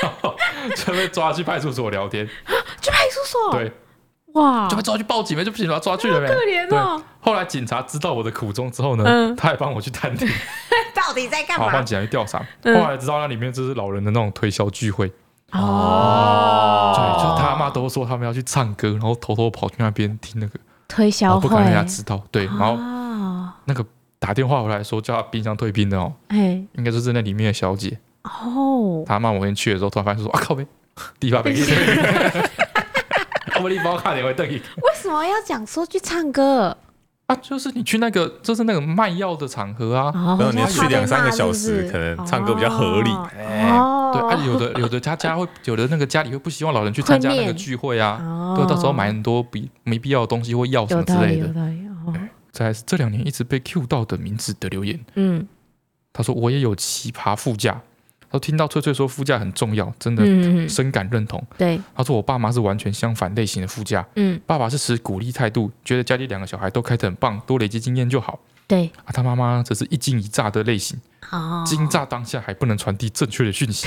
然后就被抓去派出所聊天，
去派出所，
对，
哇，
就被抓去报警呗，就不行了，抓去了呗。
哦可怜哦
对。后来警察知道我的苦衷之后呢
嗯，
他也帮我去探听，
到底在干
好
嘛
帮？警察去调查。
嗯
后来知道那里面就是老人的那种推销聚会，对，
哦，
哦就他妈都说他们要去唱歌，然后偷偷跑去那边听那个，
推
然
销
后
会，
哦不敢让人家知道。对，然后
哦，
那个打电话回来说叫他冰箱退冰的哦，
哎，
应该就是那里面的小姐。
哦，
他妈我先去的时候，突然发现说啊靠呗，地 方被啊我你帮我看两位邓一
为什么要讲说去唱歌？
啊，就是你去那个就是那个卖药的场合啊，
哦，
没有你要
好像怕
去
被
两三个
骂是不
小时
是
可能唱歌比较合理
哦
哎
哦
对啊，有的有的他家会有的那个家里会不希望老人去参加
会
那
念
个聚会啊，
哦
对，到时候买很多比没必要的东西或药什
有
么之
道理，
类
有
的。哎
道理，哦，
再来是这两年一直被 Q 到的名字的留言，
嗯，
他说我也有奇葩副驾，他后听到翠翠说副驾很重要，真的
嗯嗯，嗯
深感认同。
对，
他说我爸妈是完全相反类型的副驾，
嗯
爸爸是持鼓励态度，觉得家里两个小孩都开得很棒，多累积经验就好。
对，
啊，他妈妈则是一惊一乍的类型，
哦，
惊乍当下还不能传递正确的 讯息。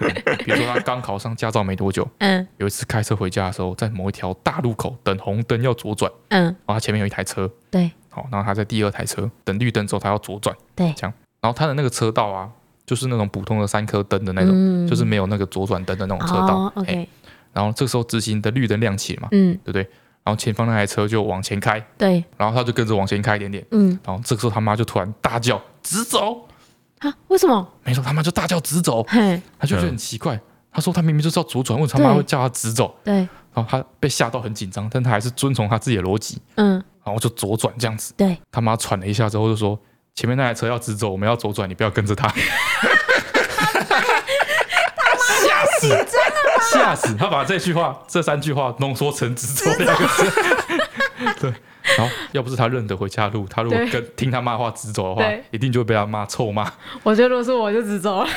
嗯比如说他刚考上驾照没多久，
嗯
有一次开车回家的时候，在某一条大路口等红灯要左转，
嗯，
然后他前面有一台车，
对
好，然后他在第二台车等绿灯之后，他要左转，
对
这样，然后他的那个车道啊，就是那种普通的三颗灯的那种，
种
就是没有那个左转灯的那种车道。
嗯哦
嘿
，OK，
然后这时候直行的绿灯亮起了嘛，
嗯，
对不对？然后前方那台车就往前开，
对，
然后他就跟着往前开一点点，
嗯
然后这个时候他妈就突然大叫直走，
啊，为什么？
没错，他妈就大叫直走，
嘿，
他就觉得很奇怪，他说他明明就知道左转，为什么他妈
对
会叫他直走？
对，
然后他被吓到很紧张，但他还是遵从他自己的逻辑，
嗯，
然后就左转这样子。
对，
他妈喘了一下之后就说：“前面那台车要直走，我们要左转，你不要跟着他。” 吓死！吓死！他把这句话、这三句话浓缩成“直走”两个字。 对，然后要不是他认得回家的路，他如果
对
跟听他妈的话直走的话
对，
一定就会被他妈臭骂，
我觉得如果是我就直走了，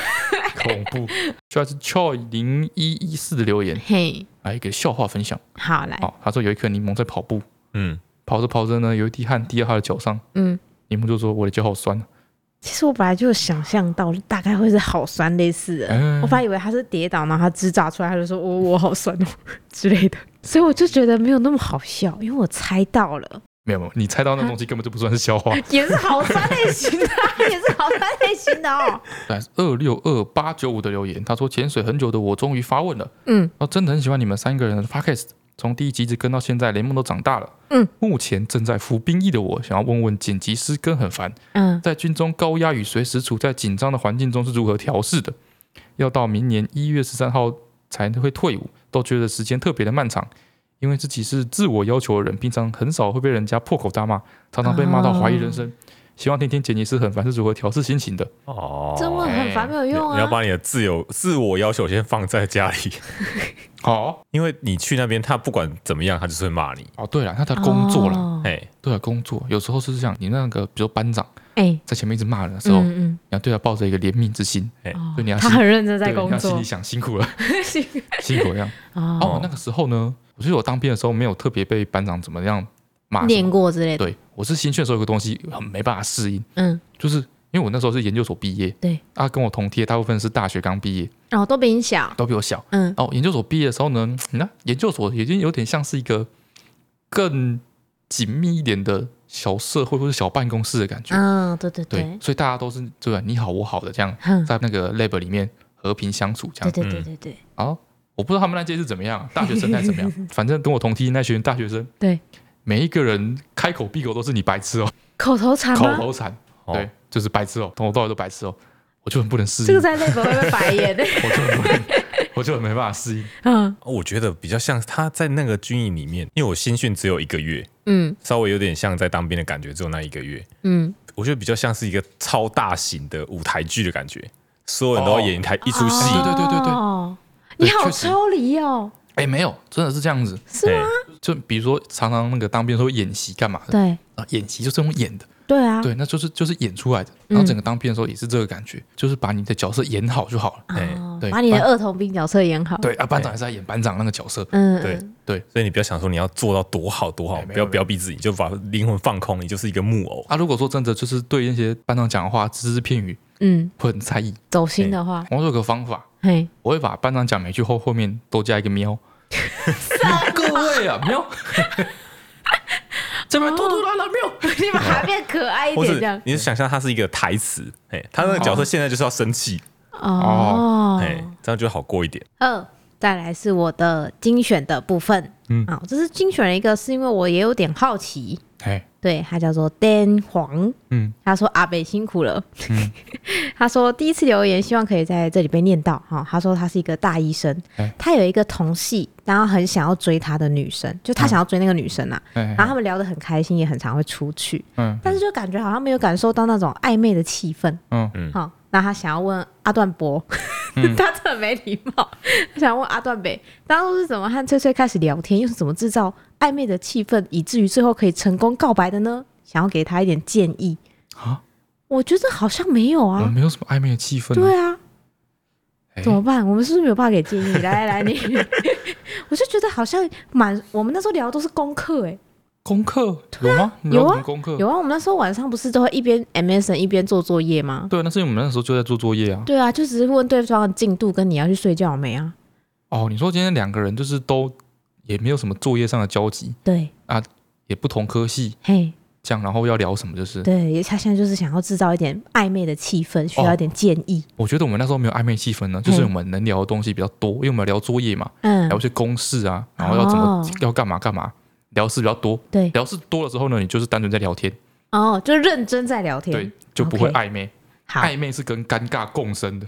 恐 怖。主要是 Choi 零一一四的留言，
嘿，
来一个笑话分享。
好来，
哦，他说有一颗柠檬在跑步，
嗯，
跑着跑着呢，有一滴汗滴到他的脚上，
嗯，
柠檬就说：“我的脚好酸。
其实我本来就有想象到大概会是好酸类似的，
嗯
我本来以为他是跌倒，然后他支扎出来，他就说 我我好酸哦 之类的，所以我就觉得没有那么好笑，因为我猜到了，”
没有没有，你猜到那东西根本就不算是笑话。
也是好酸类型的啊，也是好酸类型的哦，
来二六二八九五的留言，他说：“潜水很久的我终于发问了，
嗯，
哦，真的很喜欢你们三个人的 podcast，从第一集一直跟到现在，雷梦都长大了。
嗯，
目前正在服兵役的我，想要问问剪辑师跟很烦，
嗯，
在军中高压与随时处在紧张的环境中是如何调试的？要到明年一月十三号才会退伍，都觉得时间特别的漫长。因为自己是自我要求的人，平常很少会被人家破口大骂，常常被骂到怀疑人生。希望听听剪辑师很烦是如何调试心情的。
哦，
这问
哎
很烦没有用
你要
啊，
把你的自由自我要求先放在家里，
好
因为你去那边，他不管怎么样，他就是会骂你。
哦，对了，他的工作啦，
哦，
哎，
对啊，工作有时候是这样，你那个比如班长
哎，
在前面一直骂人的时候，你
嗯
要对他抱着一个怜悯之心，
哎
嗯，哦
哦对你要
他
心
很认真在
对，你
工
要心
作
里，想辛苦了，
辛苦
辛苦了这样。
哦，
哦，那个时候呢，我觉得我当兵的时候没有特别被班长怎么样骂什
念
么。
过之类的，
对，我是新训的时候有个东西很没办法适应，
嗯，
就是因为我那时候是研究所毕业，
对，
啊，跟我同梯的大部分是大学刚毕业，
然哦后都比你小，
都比我小。
嗯，
哦，研究所毕业的时候呢，你看研究所已经有点像是一个更紧密一点的小社会或者小办公室的感觉，
啊，对对嗯
对，，所以大家都是对吧？你好我好的这样，
哼，
在那个 lab 里面和平相处这
对
样。
对对
嗯
对对，
啊，我不知道他们那届是怎么样，大学生那 怎么样，反正跟我同梯那群大学生，
对，
每一个人开口闭口都是你白痴哦，
口头禅
口
吗？
头禅，
哦
对，，就是白痴哦，从头到尾都白痴哦，我就很不能适
这
应
个，在 l a 会被白眼 的，
我就很不能， 我就很没办法适应。
嗯
哦我觉得比较像他在那个军营里面，因为我新训只有一个月，
嗯
稍微有点像在当兵的感觉，只有那一个月。
嗯，
我觉得比较像是一个超大型的舞台剧的感觉，所有人都要演一台一出戏。
哦对对对对
哦
对
你好
确实
抽离哦，
哎，没有，真的是这样子，
是哦吗？
就比如说常常那个当兵的时候演习干嘛的
对
啊，演习就是用演的，
对啊，嗯
对，那就是就是演出来的。然后整个当兵的时候也是这个感觉，就是把你的角色演好就好了。
哎
哦
对
把你的
班
儿童兵角色演好，
对啊，班长还是在演班长那个角色，
嗯，
对
嗯
所以你不要想说你要做到多好多好，
哎没有
不要
没有
不要逼自己，就把灵魂放空，你就是一个木偶。
啊，如果说真的就是对那些班长讲的话只字片语
嗯，
会很在意，
走心的话，
我有个方法，
嘿，
我会把班长讲每句后后面都加一个喵。各位啊， 喵！啊这边拖拖拉拉喵，
你把它变可爱一
或
点
是
这样，
你就想象它是一个台词，哎，他那个角色现在就是要生气，
哦，
哎，这样就好过一点。
二，再来是我的精选的部分，嗯，
嗯
好，这是精选了一个，是因为我也有点好奇，
哎，
对，它叫做 Dan 黄，
嗯，
他说阿北辛苦了。 他说第一次留言，希望可以在这里被念到哈、他说他是一个大医生，
哎
他有一个同系，然后很想要追他的女生，就他想要追那个女生啊。
哎
然后他们聊得很开心，也很常会出去，
嗯
但是就感觉好像没有感受到那种暧昧的气氛。
嗯
嗯
好、那他想要问阿段博， 他真的没礼貌。 他想问阿段北，当初是怎么和翠翠开始聊天，又是怎么制造暧昧的气氛，以至于最后可以成功告白的呢？想要给他一点建议。
啊，
我觉得好像没有
我们
啊，
哦没有什么暧昧的气氛啊。
对啊，
哎
怎么办？我们是不是没有办法给建议？ 来来来，你，我就觉得好像满，我们那时候聊的都是功课哎、
功课有吗？你
有啊
什么功课
有啊，我们那时候晚上不是都会一边 MSN 一边做作业吗？
对，那是因为我们那时候就在做作业啊。
对啊，就只是问对方的进度跟你要去睡觉没啊？
哦，你说今天两个人就是都也没有什么作业上的交集，
对，
也不同科系，
嘿，
这样然后要聊什么就是，
对，他现在就是想要制造一点暧昧的气氛，需要一点建议。
我觉得我们那时候没有暧昧气氛呢，就是
嗯
我们能聊的东西比较多，因为我们聊作业嘛，聊
嗯
一，些公式啊，然后要怎么、
哦
要干嘛干嘛，聊事比较多。
对，
聊事多了之后呢，你就是单纯在聊天，
哦，就认真在聊
对
天。，
就不会
OK
暧昧。
好，
暧昧是跟尴尬共生的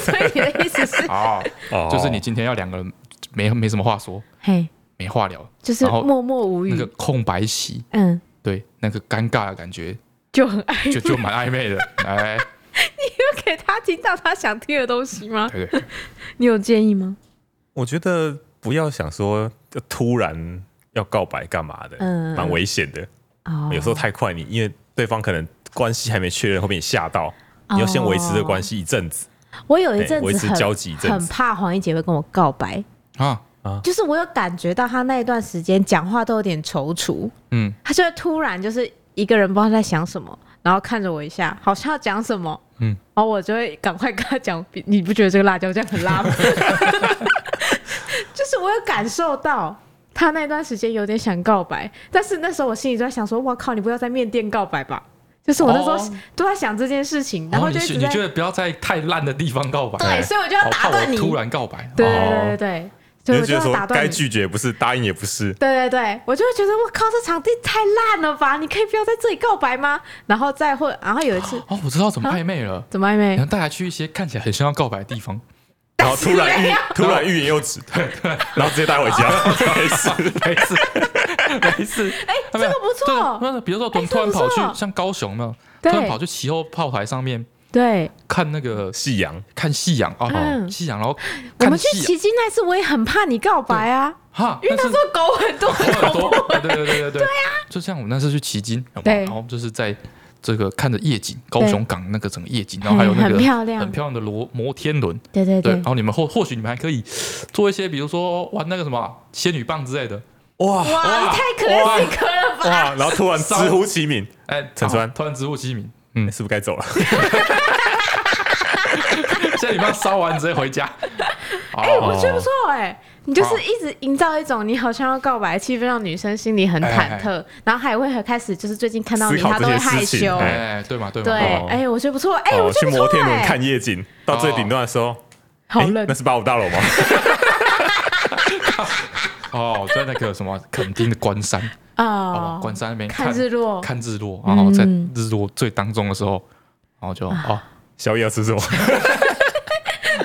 所以你的意思是，
啊，
哦
就是你今天要两个人没没什么话说，
嘿，
没话聊，
就是
然后
默默无
那
语
个，空白期，
嗯，
对，那个尴尬的感觉
就很爱。
就就蛮暧昧的。哎，
就给他听到他想听的东西 吗？
对对，
你有建议吗？
我觉得不要想说就突然要告白干嘛的，
嗯
蛮危险的。
哦
有时候太快你，因为对方可能关系还没确认，会被你吓到。你要先维持这个关系一阵子，
哦我有一阵
哎维
子
持
很
交集一阵子
很怕黄一姐会跟我告白，
啊，
就是我有感觉到她那一段时间讲话都有点踌躇，
嗯，
她就会突然就是一个人不知道在想什么，然后看着我一下，好像要讲什么，嗯
嗯，
然后我就会赶快跟她讲，比你不觉得这个辣椒酱很辣吗？就是我有感受到。她那段时间有点想告白，但是那时候我心里就在想说：“哇靠，你不要在面店告白吧！”就是我那时候
哦
都在想这件事情， 然
然
后
后
就
你
一直
是
在
你觉得不要在太烂的地方告白，
对，
哎
所以我就要
好
打
怕
断
我
你。
突然告白，
对
哦
对对对哦对，所
你
以我就
就觉得
要
说
打断
该
你。
拒绝不是，答应也不是。
对对对，我就会觉得我靠，这场地太烂了吧！你可以不要在这里告白吗？然后再会，然后有一次
哦，我知道怎么暧昧了。
怎么暧昧
然？后带他去一些看起来很像要告白的地方，
然后突然欲 突然欲言又止， 然后直接带回家，没事。
没事没事。哎，这
这个不错
那比如说，
哎
突然
这个
跑
不
去
错
像高雄嘛，突
对
然跑去旗后炮台上面
对，
看那个
夕阳，
看夕阳啊，
嗯
夕阳，然后
啊
我们
看
去
夕阳
奇迹那次，我也很怕你告白啊，
哈，
因为
但
那
是
时候狗很多，
很多，对对对对对对啊！就像我们那次去奇经，有没有
对
然后就是在这个看着夜景，高雄港那个整个夜景，然后
嘿
还有那个
哎很漂亮
很漂亮的罗摩天轮，
对对
对，然
哦
后你们或或许你们还可以做一些，比如说玩那个什么仙女棒之类的，
哇，
哇
哇
太可惜可了吧？
哇！然后突然直呼其名，
哎，
陈川
突然植物机敏，嗯，
是不是该走了？
仙女棒烧完直接回家，哎
哎，我觉得不错
哦
哎，你就是一直营造一种你好像要告白的气氛，让女生心里很忐忑，然后还会很开始就是最近看到你，
哎思考
她都会
这些
害
事情
羞。
哎
哎，对嘛对嘛，
对，
哦
哎，我觉得不错，哎，我觉
去
得不
摩
错
天轮
哎，
看夜景，到最顶端的时候，
好
诶
冷
那，是八五大楼吗？
哦，在那个什么垦丁的关山，好吧
啊，
哦
关山那边
看日落
看日落，
嗯啊
然后在日落最当中的时候，然后就哦
宵夜要吃什么？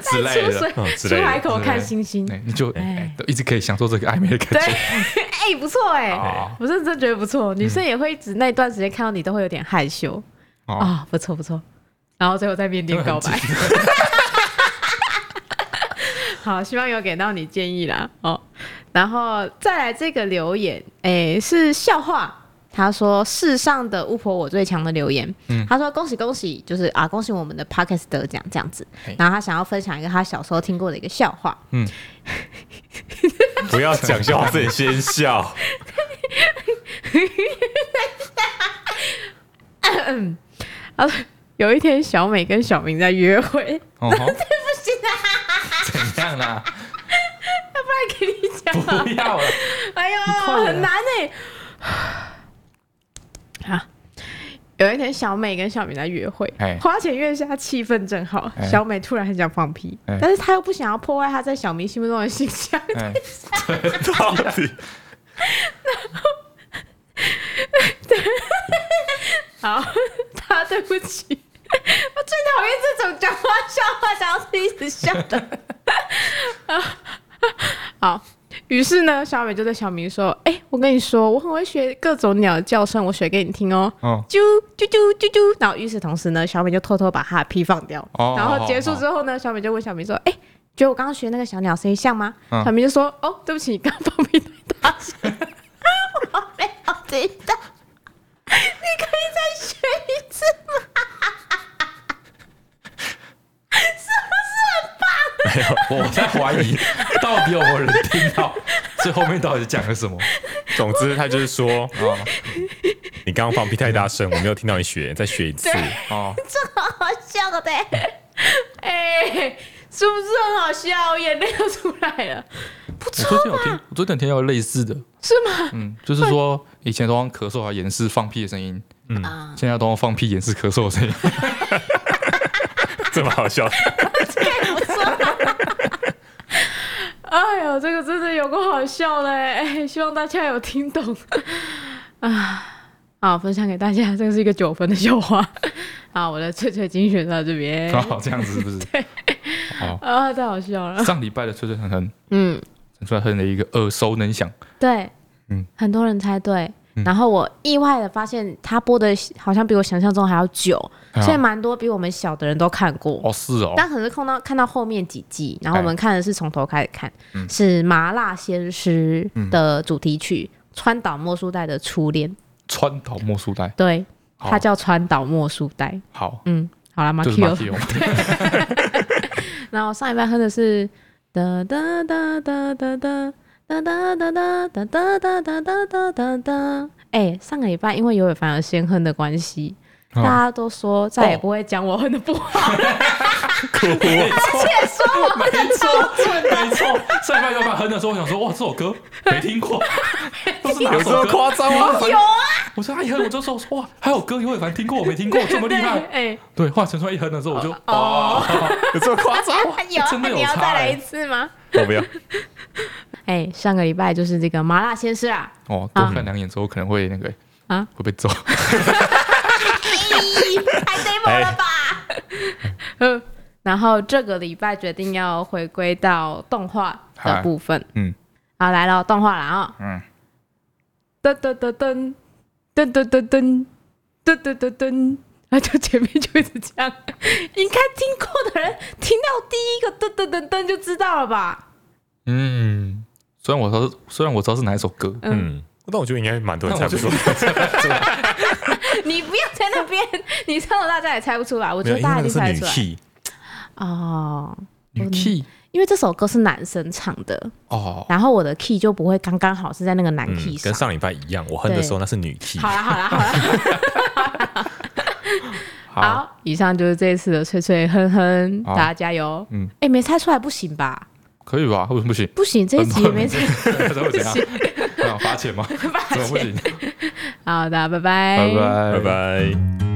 之类
出
的，
水
嗯之
出
类的
海口
之类
看
的
星星，
哎，你就
哎
哎都一直可以享受这个暧昧的感
对，
觉。
哎，不错哎
哦，
我是真觉得不错，女生也会一直那一段时间看到你都会有点害羞
嗯哦
啊，不错不错，然后最后再面
因
店
为
告
很近
白， 好，希望有给到你建议啦哦，然后再来这个留言，哎，是笑话。他说：“世上的巫婆我最强的留言。
嗯
他说：“恭喜恭喜，就是啊，恭喜我们的 Pockets 得奖这样子。
嘿”
然后他想要分享一个他小时候听过的一个笑话，
不要讲笑话，自己先笑。
有一天，小美跟小明在约会，
哦 吼，
啊
怎样啦？
给你讲，
不要了，
哎呦，
快点
很难哎、 啊，有一天，小美跟小明在约会
哎，
花前月下，气氛正好。
哎
小美突然很想放屁，
哎
但是她又不想要破坏她在小明心目中的形象，
哎，
到底
好， 他对不起， 我最讨厌这种讲话笑话，想要自己一直笑的。 好，于是呢，小美就对小明说：“哎、我跟你说，我很会学各种鸟的叫声，我学给你听哦。”
哦
啾啾啾啾啾。然后与此同时呢，小美就偷偷把她的屁放掉。
哦
然后结束之后呢，小美就问小明说：“哎、觉得我刚刚学那个小鸟声音像吗？”
嗯
小明就说：“哦，对不起，刚刚放屁太大声。”我没有听到。你可以再学一次吗？是不是很棒？
我在怀疑到底有没有人听到最后面到底讲了什么
总之，他就是说，哦
啊
你刚刚放屁太大声，我没有听到你学，再学一次。
啊！
好笑的、 哎、是不是很好笑？我眼泪都出来了，不
我
错
昨天有听，我昨天有听到类似的，
是吗？
嗯，就是说以前都用咳嗽来掩饰放屁的声音，
啊
嗯，现在都用放屁掩饰咳嗽的声音。
这么好笑，
哎呦，这个真的有够好笑的、哎，希望大家有听懂 啊。好，分享给大家，这个是一个九分的笑话。 好，我的脆脆精选到这边
刚好这样子是不是？哦，
啊，太好笑了。
上礼拜的吹吹哼哼，
嗯，
陈川哼了一个耳熟能详，
对，
嗯
很多人猜对。
嗯
然后我意外的发现，他播的好像比我想象中还要久，
哎呀
所以蛮多比我们小的人都看过。
哦是哦，
但可能是看到看到后面几季，然后我们看的是从头开始看，
嗯
是《麻辣鲜师》的主题曲《川岛茉树代的初恋》，
川岛莫树代，
对，
好
它叫川岛茉树代。
好，
嗯，好啦，马
就是
Q。
马蒂欧，
然后上一半哼的是哒哒哒哒哒哒哒哒哒哒哒哒哒哒哒哒哒哒。哎，上个礼拜因为有反而先哼的关系，大
啊
家都说再也不会讲我哼的不好。
哭啊
没错，没错，没错。上一半有把哼的时候，我想说，哇，这首歌没听过，都是哪
有这
首
么
歌？
夸张吗？
我说他一哼，我就说哇，还有歌，尤伟凡听过，我没听过，这么 厉害。
哎，
对，华晨川一哼的时候，我就哦，
有这么夸张？
真的有
你要
差
再来一
欸
次吗？
我不要，
哎、上个礼拜就是这个麻辣鲜师啊，
哦，多看两眼之后可能会那个
啊
会被揍。
太 d e m 了吧？
哎
嗯，然后这个礼拜决定要回归到动画的部分，
嗯，
好来了动画了啊、
嗯，
噔噔噔噔噔噔噔噔噔噔噔噔，啊，就前面就一直这样，应该听过的人听到第一个噔噔噔噔就知道了吧？
嗯，虽然我知道，虽然我知道是哪一首歌，
嗯，但我觉得应该蛮多人猜不出来，
你不要在那边，你唱的大家也猜不出来，我觉
没有，
得
因为
大家
那
已
个
经
是
猜得
女
出来
气，
哦。
女 key
因为这首歌是男生唱的，
哦，
然后我的 key 就不会刚刚好是在那个男
嗯
key，上
跟。上礼拜一样，我哼的时候那是女气
好。啦好啦好啦，好，以上就是这一次的吹吹哼哼，
好
大家加油。
嗯
嗯，哎，没猜出来不行吧？
可以吧？为什么不 行？
不行，这一集也没猜。
这会怎样
不？
啊罚钱吗？怎么不行？
好的，拜拜，
哎拜拜，
拜。拜。